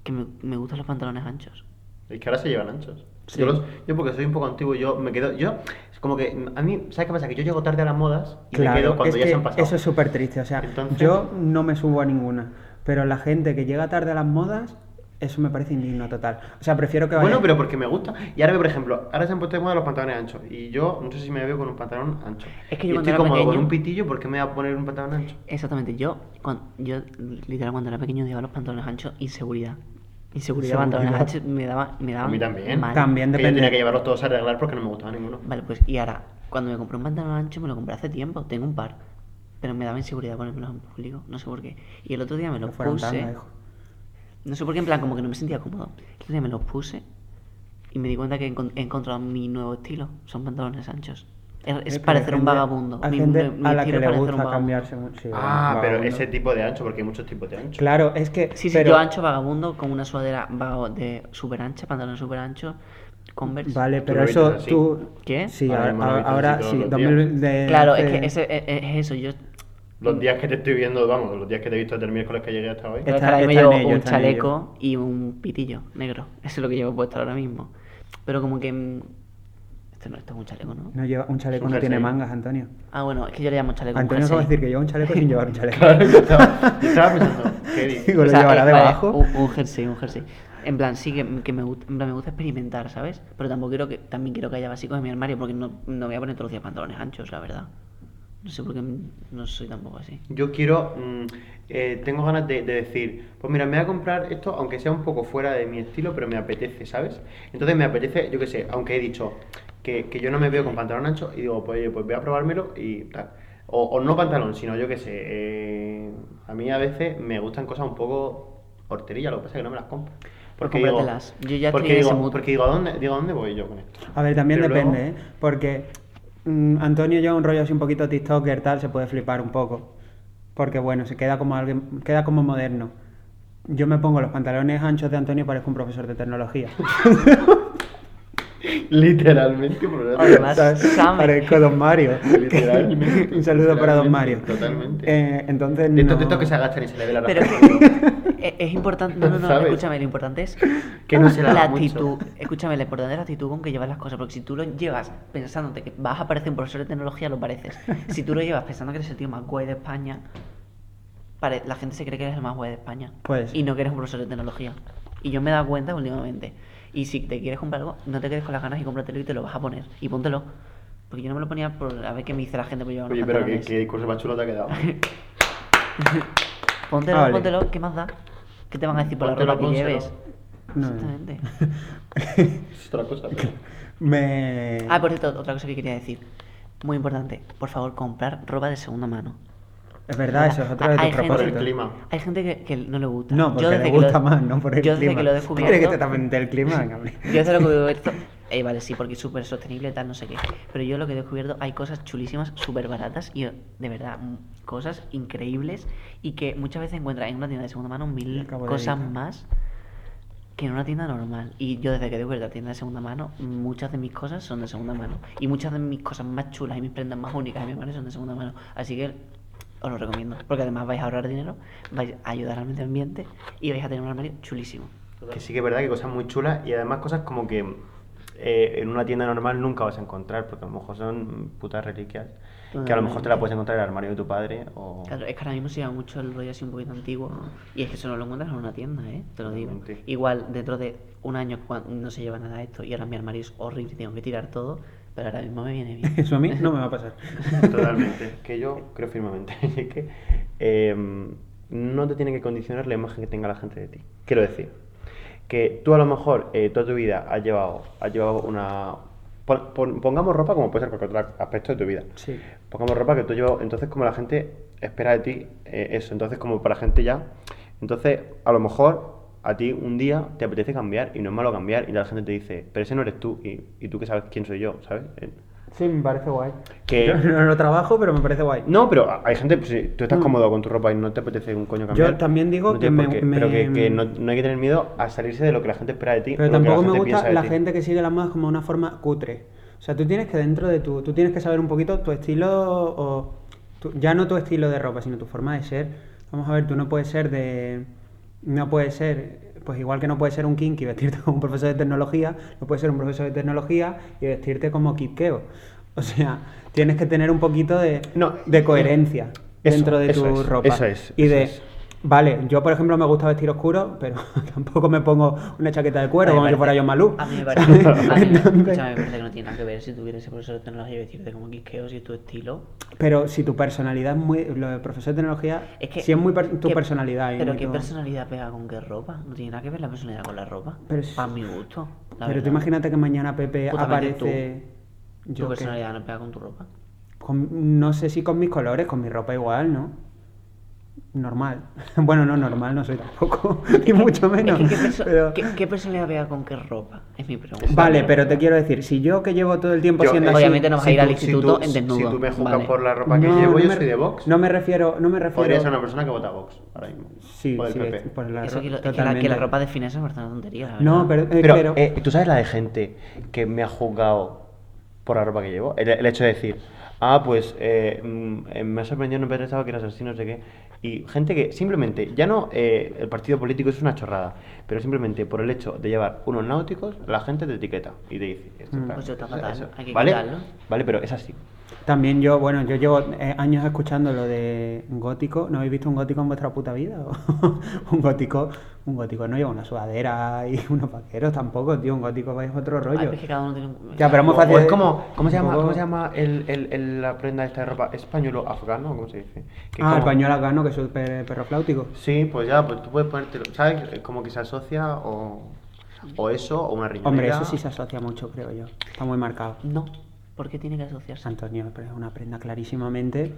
S3: que me, me gustan los pantalones anchos.
S1: Es que ahora se llevan anchos.
S2: Sí.
S1: Yo, los- yo porque soy un poco antiguo, yo me quedo. Yo, es como que. A mí, ¿sabes qué pasa? Que yo llego tarde a las modas y me quedo cuando
S2: es
S1: ya
S2: que
S1: se han pasado.
S2: Eso es súper triste. O sea,
S1: Entonces-
S2: yo no me subo a ninguna. Pero la gente que llega tarde a las modas, eso me parece indigno total. O sea, prefiero que vaya.
S1: Bueno, pero porque me gusta. Y ahora, por ejemplo, ahora se han puesto de moda los pantalones anchos. Y yo no sé si me veo con un pantalón ancho.
S3: Es que
S1: Y
S3: yo
S1: estoy
S3: cuando era
S1: cómodo con
S3: pequeño-
S1: un pitillo, ¿por qué me voy a poner un pantalón ancho?
S3: Exactamente, yo, cuan- yo literal cuando era pequeño llevaba los pantalones anchos, inseguridad. Inseguridad,
S2: Inseguridad.
S3: pantalones anchos me daba me daban
S1: A mí también.
S3: mal.
S2: También
S1: Que yo
S2: depende.
S1: tenía que llevarlos todos a arreglar porque no me gustaba ninguno.
S3: Vale, pues y ahora, cuando me compré un pantalón ancho, me lo compré hace tiempo, tengo un par, pero me daba inseguridad ponérmelos en público, no sé por qué. Y el otro día me
S2: Que
S3: los
S2: fueran
S3: puse,
S2: tanga, hijo.
S3: no sé por qué, en plan como que no me sentía cómodo. El otro día me los puse y me di cuenta que he encon- he encontrado mi nuevo estilo, son pantalones anchos. Es, es
S2: Es que
S3: parecer
S2: hay
S3: un
S2: gente-
S3: vagabundo.
S2: Hay
S3: mi-
S2: gente
S3: mi- mi
S2: a la
S3: estilo
S2: que
S3: es
S2: le
S3: parecer un
S2: gusta
S3: vagabundo.
S2: cambiarse mucho. Sí,
S1: Ah,
S2: un
S1: pero
S2: vagabundo.
S1: ese tipo de ancho, porque hay muchos tipos de ancho.
S2: Claro, es que.
S3: Sí, sí,
S2: pero-
S3: yo ancho vagabundo con una sudadera vaga- de super ancha, pantalón super ancho, Converse.
S2: Vale,
S1: Tú
S2: pero
S1: lo
S2: eso
S1: evitas así.
S2: tú.
S3: ¿Qué?
S2: Sí,
S1: Ahora
S2: ahora,
S1: mismo lo evitas
S2: ahora
S1: así todos
S2: sí.
S1: los
S2: 2000 de-
S3: Claro, es
S2: de-
S3: que ese, es, es- es eso. Yo
S1: Los días que te estoy viendo, vamos, los días que te he visto desde el miércoles que llegué hasta hoy.
S2: Está-
S3: cada vez me
S2: está en
S3: llevo
S2: ello,
S3: un
S2: está en ello.
S3: chaleco y un pitillo negro. Eso es lo que llevo puesto ahora mismo. Pero como que. mm, Esto no esto es un chaleco, ¿no?
S2: No lleva, un chaleco
S1: Un
S2: no tiene
S1: jersey.
S2: mangas, Antonio.
S3: Ah, bueno, es que yo le llamo chaleco. un
S2: Antonio acaba de
S3: jersey.
S2: decir que lleva un chaleco sin llevar un chaleco.
S1: Claro, yo estaba, yo estaba pensando, ¿qué
S2: Digo,
S1: dices?
S2: lo llevará
S3: eh, vale,
S2: debajo.
S3: un, un jersey, un jersey. En plan, sí que, que me, gusta, en plan, me gusta experimentar, ¿sabes? Pero tampoco quiero que, también quiero que haya básicos en mi armario porque no, no voy a poner todos los días pantalones anchos, la verdad. No sé por qué mm, no soy tampoco así.
S1: Yo quiero, mm, eh, tengo ganas de, de decir, pues mira, me voy a comprar esto, aunque sea un poco fuera de mi estilo, pero me apetece, ¿sabes? Entonces me apetece, yo qué sé, aunque he dicho que, que yo no me veo con pantalón ancho, y digo, pues oye, pues voy a probármelo y tal. O, o no pantalón, sino yo qué sé, eh, a mí a veces me gustan cosas un poco horterillas, lo que pasa es que no me las compro.
S3: Pues cómpratelas. Yo ya
S1: porque
S3: estoy en ese
S1: digo,
S3: mood.
S1: porque digo, ¿a dónde, digo, ¿a dónde voy yo con esto?
S2: A ver, también
S1: Pero
S2: depende,
S1: luego-
S2: ¿eh? Porque mm, Antonio lleva un rollo así un poquito TikToker, tal, se puede flipar un poco. Porque bueno, se queda como alguien, queda como moderno. Yo me pongo los pantalones anchos de Antonio y parezco un profesor de tecnología. ¿eh?
S1: Literalmente, por lo
S3: Además,
S2: ¿Sabes?
S3: Sam-
S2: Parezco Don Mario.
S1: Literalmente,
S2: un saludo para Don Mario.
S1: totalmente.
S2: Eh, entonces,
S1: De estos
S2: no-
S1: de estos que se agachan y se le ve la
S3: Pero es,
S1: raja.
S3: que- es- es importante. No, no, no,
S1: ¿Sabes?
S3: escúchame, lo importante es.
S1: Que no se la
S3: la
S1: da mucho.
S3: actitud. Escúchame, lo importante es la actitud con que llevas las cosas. Porque si tú lo llevas pensándote que vas a parecer un profesor de tecnología, lo pareces. Si tú lo llevas pensando que eres el tío más guay de España, pare- la gente se cree que eres el más guay de España.
S1: Pues.
S2: Puede ser.
S3: Y no que eres un profesor de tecnología. Y yo me he dado cuenta últimamente. Y si te quieres comprar algo, no te quedes con las ganas y cómpratelo y te lo vas a poner. Y póntelo. Porque yo no me lo ponía por a ver qué me dice la gente por llevar unos
S1: Oye, pero ¿qué,
S3: pantalones.
S1: qué discurso más chulo te ha quedado.
S3: Póntelo,
S2: Ah, Vale.
S3: póntelo, ¿qué más da? ¿Qué te van a decir por la
S1: Póntelo,
S3: ropa que
S1: pónselo.
S3: lleves?
S2: No.
S3: Exactamente.
S1: Es otra cosa. pero-
S2: Me...
S3: Ah, por cierto, otra cosa que quería decir. Muy importante, por favor, comprar ropa de segunda mano.
S2: Es verdad, eso es otro de
S3: Ah, Hay
S2: tus
S3: gente-
S1: Por el
S2: propósitos.
S1: clima.
S3: Hay gente que, que no le gusta.
S2: No, porque
S3: Yo desde
S2: le
S3: que lo-
S2: gusta más, no por el
S3: yo
S2: clima.
S3: desde que lo he
S2: ¿Tú ¿Quieres que te
S3: descubierto.
S2: también el clima, Gabriel?
S3: Yo desde lo que he descubierto. Eh, vale, sí, porque es súper sostenible, tal, no sé qué. Pero yo lo que he descubierto, hay cosas chulísimas, súper baratas y oh, de verdad, mm, cosas increíbles y que muchas veces encuentras en una tienda de segunda mano mil
S2: Acabo de
S3: cosas
S2: editar.
S3: más que en una tienda normal. Y yo desde que he descubierto la tienda de segunda mano, muchas de mis cosas son de segunda mano. Y muchas de mis cosas más chulas y mis prendas más únicas de mi hermano son de segunda mano. Así que os lo recomiendo. Porque además vais a ahorrar dinero, vais a ayudar al medio ambiente y vais a tener un armario chulísimo.
S1: Que sí que es verdad que cosas muy chulas y además cosas como que eh, en una tienda normal nunca vas a encontrar, porque a lo mejor son putas reliquias. Que a lo mejor te la puedes encontrar en el armario de tu padre o...
S3: Claro, es que ahora mismo se lleva mucho el rollo así un poquito antiguo. Y es que eso no lo encuentras en una tienda, ¿eh? Te lo digo.
S1: Totalmente.
S3: Igual dentro de un año cuan- no se lleva nada esto y ahora mi armario es horrible, tengo que tirar todo, pero ahora mismo me viene bien.
S2: Eso a mí no me va a pasar.
S1: Totalmente. Que yo creo firmemente que eh, no te tiene que condicionar la imagen que tenga la gente de ti. Quiero decir, que tú a lo mejor eh, toda tu vida has llevado, has llevado una... pon- pon- pongamos ropa como puede ser cualquier otro aspecto de tu vida.
S2: Sí.
S1: Pongamos ropa que tú llevas... Entonces como la gente espera de ti eh, eso. Entonces como para la gente ya... Entonces a lo mejor a ti un día te apetece cambiar y no es malo cambiar y la gente te dice, pero ese no eres tú y, y tú que sabes quién soy yo, ¿sabes? Eh,
S2: Sí, me parece guay.
S1: Que...
S2: Yo no lo trabajo, pero me parece guay.
S1: No, pero hay gente, pues, si tú estás
S2: Mm.
S1: cómodo con tu ropa y no te apetece un coño cambiar.
S2: Yo también digo
S1: no
S2: que
S1: tienes
S2: me-
S1: por qué, Pero que,
S2: me-
S1: que no, no hay que tener miedo a salirse de lo que la gente espera de ti.
S2: Pero
S1: o lo que
S2: tampoco
S1: la
S2: me
S1: gente
S2: gusta
S1: piensa de
S2: la
S1: ti.
S2: gente que sigue las modas como de una forma cutre. O sea, tú tienes que dentro de tu... Tú tienes que saber un poquito tu estilo o... tu- ya no tu estilo de ropa, sino tu forma de ser. Vamos a ver, tú no puedes ser de... No puedes ser... Pues igual que no puede ser un kinky vestirte como un profesor de tecnología, no puede ser un profesor de tecnología y vestirte como quiqueo. O sea, tienes que tener un poquito de,
S1: No,
S2: de coherencia
S1: eso,
S2: dentro de
S1: eso
S2: tu
S1: es,
S2: ropa.
S1: eso es,
S2: Y
S1: eso
S2: de,
S1: es.
S2: vale, yo por ejemplo me gusta vestir oscuro, pero tampoco me pongo una chaqueta de cuero
S3: A mí me
S2: como si
S3: parece-
S2: fuera yo Malú.
S3: A mí me parece, a mí me-
S2: Entonces-
S3: escúchame, me parece que no tiene nada que ver si tuvieras ese profesor de tecnología y decirte como quisqueo, si es tu estilo.
S2: Pero si tu personalidad es muy. Lo de profesor de tecnología.
S3: Es que,
S2: si es muy per- tu
S3: ¿qué-
S2: personalidad. y
S3: Pero
S2: muy
S3: ¿qué
S2: tu-
S3: personalidad pega con qué ropa? No tiene nada que ver la personalidad con la ropa.
S2: Pero es-
S3: Para mi gusto.
S2: Pero
S3: la
S2: tú
S3: verdad.
S2: imagínate que mañana Pepe
S3: Justamente
S2: aparece.
S3: Tu
S2: Yo qué-
S3: personalidad no pega con tu ropa.
S2: con- no sé si con mis colores, con mi ropa igual, ¿no? Normal. Bueno, no, normal no soy tampoco. ni mucho menos.
S3: Es que, ¿qué, perso-
S2: pero-
S3: qué- qué personalidad pega con qué ropa? Es mi pregunta.
S2: Vale, pero te quiero decir, si yo que llevo todo el tiempo
S1: Yo,
S2: siendo
S1: eh,
S2: así-
S3: Obviamente no vas a
S1: Si
S3: ir al
S1: tú-
S3: instituto
S1: si tú,
S3: en desnudo.
S1: Si tú me juzgas
S3: vale.
S1: por la ropa que
S2: No,
S1: llevo,
S2: no
S1: yo
S2: me-
S1: soy de Vox.
S2: No me refiero, no me refiero.
S1: Podría ser una persona que vota Vox ahora mismo.
S2: Sí,
S1: por el
S2: sí,
S1: PP.
S2: es- por la
S3: Eso
S2: ro-
S3: que, lo- que la- que la,
S2: totalmente.
S3: ropa define eso me parece una tontería. la verdad.
S2: No, pero, eh,
S1: Pero,
S2: pero-
S1: eh, ¿tú sabes la de gente que me ha juzgado por la ropa que llevo? El, el hecho de decir, ah, pues eh, mm, eh, me ha sorprendido, no me pensaba que eras así, no sé qué. Y gente que simplemente, ya no, eh, el partido político es una chorrada, pero simplemente por el hecho de llevar unos náuticos, la gente te etiqueta y te dice, esto
S2: Mm.
S1: está-
S3: Pues yo está
S1: eso-
S3: fatal,
S1: eso".
S3: hay que
S1: ¿Vale?
S3: quitarlo.
S1: Vale, pero es así.
S2: También yo, bueno, yo llevo eh, años escuchando lo de gótico. ¿No habéis visto un gótico en vuestra puta vida? un gótico, un gótico no lleva una sudadera y unos vaqueros tampoco, tío. Un gótico es otro
S3: Ay,
S2: rollo.
S3: pero es que cada uno tiene un-
S2: Ya, pero muy
S1: O-
S2: fácil. ¿eh?
S1: o es como, ¿cómo se llama,
S2: Como-
S1: cómo se llama el, el- el- la prenda esta de ropa? ¿Es pañuelo afgano? ¿Cómo se dice? Que
S2: Ah, el
S1: como-
S2: pañuelo afgano, que es un per- perro flautico.
S1: Sí, pues ya, pues tú puedes ponértelo, ¿sabes? Eh, Como que se asocia o, o eso o una riñonera.
S2: Hombre, eso sí se asocia mucho, creo yo. Está muy marcado.
S3: No. ¿Por qué tiene que asociarse?
S2: Antonio, pero es una prenda clarísimamente.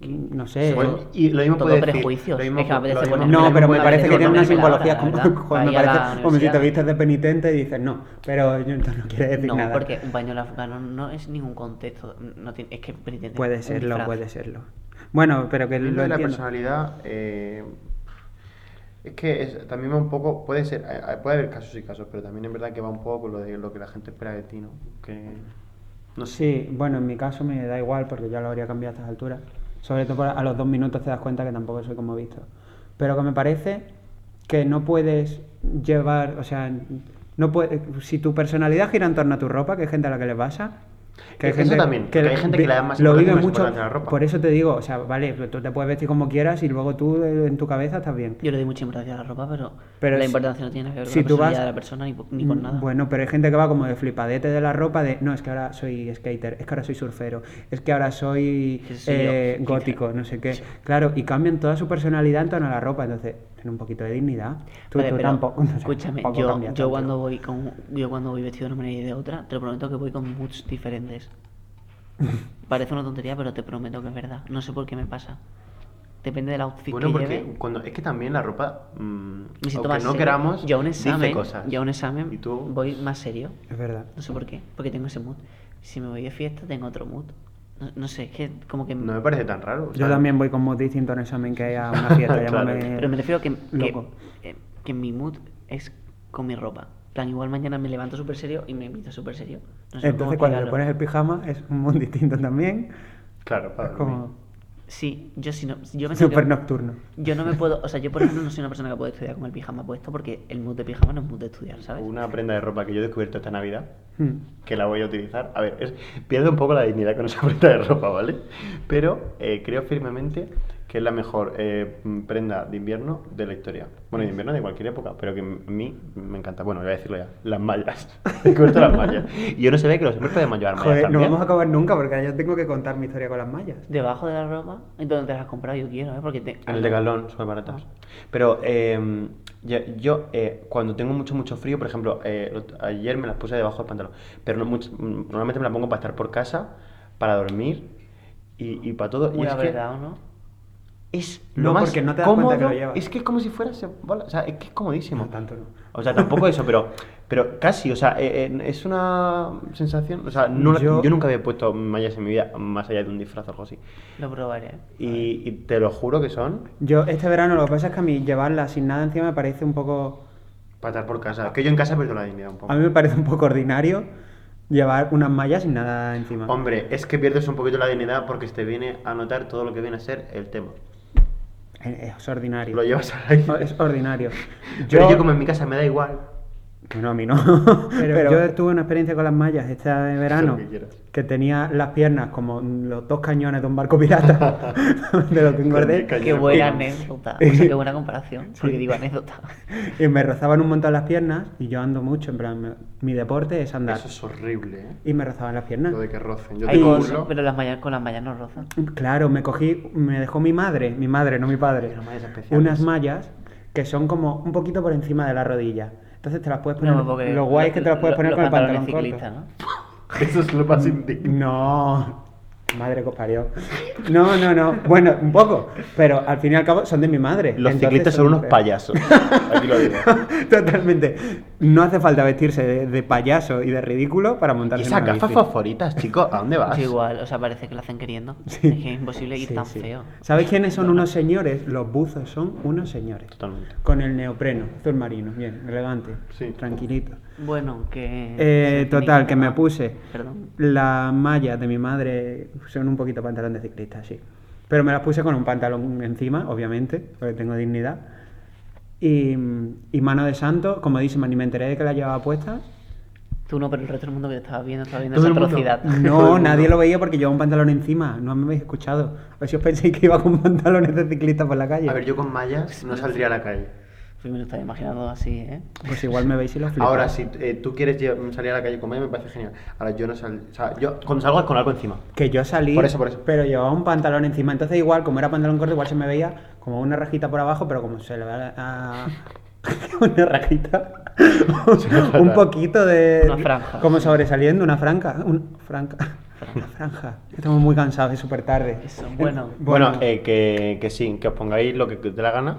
S2: mm, No sé.
S1: Bueno, y lo mismo
S3: Todo
S1: puede decir,
S3: prejuicios.
S1: lo mismo-
S3: es que me apetece
S1: lo mismo-
S3: ponerme-
S2: No,
S1: me
S2: pero me
S1: pone-
S2: parece que
S1: me
S2: tiene una
S1: pone-
S2: simbología como, como me
S3: Vaya la
S2: parece, como si te
S3: universidad.
S2: vistes de penitente y dices, no, pero yo- esto no quiere decir
S3: No,
S2: nada.
S3: porque un pañuelo afgano no es ningún contexto. No tiene, es que penitente.
S2: Puede
S3: Eh, un
S2: serlo,
S3: disfraz.
S2: puede serlo. Bueno, pero que
S1: El
S2: lo
S1: de la
S2: entiendo.
S1: personalidad eh, es que es- también va un poco, puede ser, eh, eh, puede haber casos y casos, pero también es verdad que va un poco con lo de lo que la gente espera de ti, ¿no? Que no sé.
S2: Sí, bueno, en mi caso me da igual porque ya lo habría cambiado a estas alturas. Sobre todo por- a los dos minutos te das cuenta que tampoco soy como he visto. Pero que me parece que no puedes llevar, o sea, no puede, si tu personalidad gira en torno a tu ropa, que hay gente a la que le pasa. hay
S1: Eso también, que hay gente que le da más
S2: lo
S1: importancia
S2: vive
S1: y más
S2: mucho.
S1: importancia a la ropa.
S2: Por eso te digo, o sea, vale, tú te puedes vestir como quieras y luego tú eh, en tu cabeza estás bien.
S3: Yo le doy mucha importancia a la ropa, pero,
S2: Pero
S3: la
S2: si-
S3: importancia no tiene que ver con
S2: si
S3: la
S2: tú
S3: personalidad
S2: vas-
S3: de la persona ni, po- ni con
S2: Mm,
S3: nada.
S2: Bueno, pero hay gente que va como de flipadete de la ropa de, no, es que ahora soy skater, es que ahora soy surfero, es que ahora soy
S3: Que soy
S2: eh,
S3: yo.
S2: gótico, no sé qué. Claro, y cambian toda su personalidad en torno a la ropa, entonces, ten un poquito de dignidad. Tú,
S3: Vale,
S2: tú
S3: pero,
S2: tampoco. no sé,
S3: escúchame,
S2: tampoco
S3: yo,
S2: cambias
S3: yo
S2: tanto.
S3: cuando voy con yo cuando voy vestido de una manera y de otra, te lo prometo que voy con moods diferentes. Parece una tontería, pero te prometo que es verdad. No sé por qué me pasa. Depende del outfit
S1: Bueno,
S3: que
S1: porque
S3: lleve.
S1: cuando, es que también la ropa, mm,
S3: Me siento
S1: aunque
S3: más
S1: no
S3: serio.
S1: queramos,
S3: yo a un
S1: dice
S3: examen,
S1: cosas.
S3: yo a un examen
S1: Y tú-
S3: voy más serio.
S2: Es verdad.
S3: No sé por qué, porque tengo ese mood. Si me voy de fiesta, tengo otro mood. No, no sé, es que como que...
S1: No me parece tan raro. o
S3: Pues
S2: Yo
S1: sea,
S2: también voy con mood distinto en examen que hay a una fiesta,
S1: Claro.
S2: llámame-
S3: Pero me refiero que, que,
S2: Loco.
S3: eh, que mi mood es con mi ropa. En plan, igual mañana me levanto súper serio y me invito súper serio. No sé
S2: Entonces
S3: cómo
S2: cuando te
S3: explicarlo.
S2: pones el pijama es un mood distinto también,
S1: Claro, para dormir.
S2: como
S3: Sí, yo si no... Yo me
S2: súper
S3: siento-
S2: nocturno.
S3: Yo no me puedo... O sea, yo por ejemplo no soy una persona que puede estudiar con el pijama puesto porque el mood de pijama no es mood de estudiar, ¿sabes?
S1: Una prenda de ropa que yo he descubierto esta Navidad,
S2: Hmm.
S1: que la voy a utilizar. A ver, es, pierde un poco la dignidad con esa prenda de ropa, ¿vale? Pero eh, creo firmemente que es la mejor eh, m- prenda de invierno de la historia. Bueno, de invierno de cualquier época, pero que m- a mí me encanta. Bueno, voy a decirlo ya. Las mallas. He descubierto las mallas. Y yo no sabía que los hombres pueden mallar mallas
S2: Joder, no
S1: también.
S2: vamos a acabar nunca porque yo tengo que contar mi historia con las mallas.
S3: Debajo de la ropa, entonces te las has comprado, yo quiero, ¿eh? Porque te...
S1: En el de galón, son baratas. Pero eh, ya- yo, eh, cuando tengo mucho, mucho frío, por ejemplo, eh, lo- ayer me las puse debajo del pantalón. Pero no mucho- mm, normalmente me las pongo para estar por casa, para dormir y, y para todo. Y
S3: Muy
S1: es que
S3: verdad, ¿o no?
S1: es
S2: No,
S1: lo más
S2: porque no te das
S1: cómodo.
S2: cuenta que lo llevas.
S1: es que es como si fueras. bola, O sea, es que es comodísimo.
S2: No, tanto no.
S1: O sea, tampoco eso, pero, pero casi. O sea, eh, eh, es una sensación. O sea, no la-
S2: Yo-
S1: yo... nunca había puesto mallas en mi vida más allá de un disfraz o algo así.
S3: Lo probaré.
S1: Y, y te lo juro que son
S2: Yo este verano lo que pasa es que a mí llevarla sin nada encima me parece un poco...
S1: Para estar por casa. Que yo en casa he perdido la dignidad un poco.
S2: A mí me parece un poco ordinario llevar unas mallas sin nada encima.
S1: Hombre, es que pierdes un poquito la dignidad porque te viene a notar todo lo que viene a ser el tema.
S2: Es, es ordinario.
S1: Lo llevas a la
S2: O- Es ordinario.
S1: Yo... Pero yo como en mi casa me da igual.
S2: Bueno, a mí no. Pero,
S1: Pero-
S2: yo tuve una experiencia con las mallas este verano
S1: Lo que quieras.
S2: que tenía las piernas como los dos cañones de un barco pirata de lo que engordé.
S1: Cañón.
S3: Qué buena
S1: Sí.
S3: anécdota. O sea, qué buena comparación. Porque digo anécdota.
S2: Y me rozaban un montón las piernas y yo ando mucho, en plan, me- mi deporte es andar.
S1: Eso es horrible, ¿eh?
S2: Y me rozaban las piernas.
S1: Lo de que rocen. Yo
S3: Hay
S1: tengo un
S3: cosas,
S1: culo.
S3: pero las mallas, con las mallas no rozan.
S2: Claro, me cogí, me dejó mi madre, mi madre, no mi padre,
S1: Unas mallas especiales.
S2: unas mallas que son como un poquito por encima de la rodilla. Entonces te las puedes poner,
S3: No, porque
S2: lo guay es que te las puedes
S3: lo-
S2: poner
S3: los
S2: con el
S3: pantalones
S2: pantalón corto.
S3: ciclistas, ¿no?
S1: Eso es lo más indigno.
S2: No, madre que os parió. No, no, no. Bueno, un poco, pero al fin y al cabo son de mi madre.
S1: Los
S2: entonces
S1: ciclistas son unos
S2: de-
S1: payasos. Aquí lo digo.
S2: Totalmente. No hace falta vestirse de, de payaso y de ridículo para
S1: Y
S2: montarse en
S1: esas
S2: una
S1: gafas
S2: bici.
S1: fosforitas, chicos, ¿a dónde vas?
S3: Es igual, o sea, parece que lo hacen queriendo.
S2: Sí.
S3: Es que es imposible ir
S2: Sí,
S3: tan
S2: sí.
S3: feo.
S2: ¿Sabéis quiénes son unos señores? Los buzos son unos señores.
S1: Totalmente.
S2: Con el neopreno, azul marino, bien, elegante,
S1: Sí.
S2: tranquilito.
S3: Bueno, que.
S2: Eh,
S3: sí,
S2: total,
S3: tenéis-
S2: que me puse.
S3: Perdón.
S2: Las mallas de mi madre son un poquito pantalón de ciclista, sí. Pero me las puse con un pantalón encima, obviamente, porque tengo dignidad. Y, y mano de santo, como dice, ni me enteré de que la llevaba puesta.
S3: Tú no, pero el resto del mundo que estaba viendo estaba viendo
S1: Todo el
S3: esa
S1: mundo.
S3: atrocidad.
S1: Todo el
S2: No,
S1: mundo.
S2: nadie lo veía porque llevaba un pantalón encima. No me habéis escuchado. A ver si os penséis que iba con pantalones de ciclista por la calle.
S1: A ver, yo con mallas no saldría a la calle.
S3: Pues me lo estaba imaginando así, ¿eh?
S2: Pues igual me veis y lo flipáis.
S1: Ahora, si eh, tú quieres lle- salir a la calle con mallas, me parece genial. Ahora, yo no salgo. O sea, yo cuando salgo es con algo encima.
S2: Que yo salí,
S1: Por eso, por eso.
S2: pero llevaba un pantalón encima. Entonces, igual, como era pantalón corto, igual se me veía como una rajita por abajo, pero como se le ve a. a- una rajita.
S1: fatal.
S2: un poquito de.
S3: Una franja.
S2: Como sobresaliendo, una franca. Una franca. Una franja. Estamos muy cansados, es súper tarde.
S3: Eso, bueno.
S1: Bueno, eh, que, que sí, que os pongáis lo que que os dé la gana.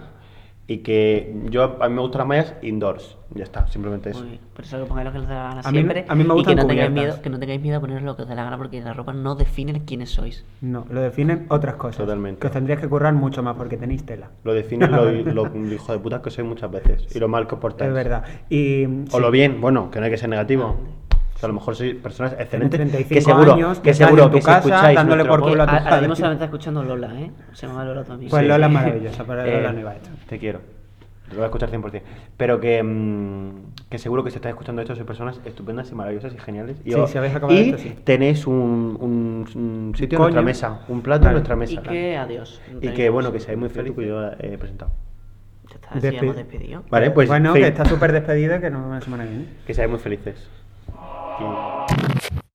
S1: Y que yo, a mí me gustan las mallas indoors. Ya está, simplemente eso.
S3: Muy bien. Por eso que pongáis lo que os dé la gana
S2: A mí-
S3: siempre.
S2: a mí me
S3: y que
S2: gustan
S3: no, tengáis
S2: cubiertas.
S3: miedo, que no tengáis miedo a poneros lo que os dé la gana porque la ropa no define quiénes sois.
S2: No, lo definen otras cosas.
S1: Totalmente.
S2: Que os tendrías que currar mucho más porque tenéis tela.
S1: Lo define lo, lo hijo de puta que soy muchas veces. Y lo mal que os portáis.
S2: Es verdad. Y.
S1: O
S2: sí.
S1: lo bien, bueno, que no hay que ser negativo. O sea, a lo mejor sois personas excelentes.
S2: 35
S1: que seguro,
S2: años,
S1: que
S2: estás en
S1: seguro
S2: tu
S1: que si
S2: casa
S1: escucháis
S2: dándole
S1: nuestro
S2: por culo
S1: podcast-
S2: a tu
S3: Ah, Ahora
S2: padre.
S3: mismo solamente está escuchando Lola, ¿eh? Se llama Lola también.
S2: Pues
S1: Sí.
S2: Lola es maravillosa, pero Lola
S1: Eh,
S2: no iba a esto.
S1: Te quiero. Lo voy a escuchar 100%. Pero que, mm, que seguro que si estáis escuchando esto, sois personas estupendas y maravillosas y geniales. Y,
S2: Sí,
S1: os-
S2: si habéis acabado
S1: y
S2: esto, sí.
S1: tenéis un, un- un sitio
S2: Coño.
S1: en nuestra mesa, un plato
S2: Vale.
S1: en nuestra mesa.
S3: Y que adiós.
S1: Y que, bueno, que seáis muy felices que yo he presentado.
S3: Ya está, así ya
S2: Despe-
S3: hemos despedido.
S1: Vale, pues
S2: bueno,
S1: fin.
S2: que está súper despedido y que nos vemos la semana que viene.
S1: que seáis muy felices. Y-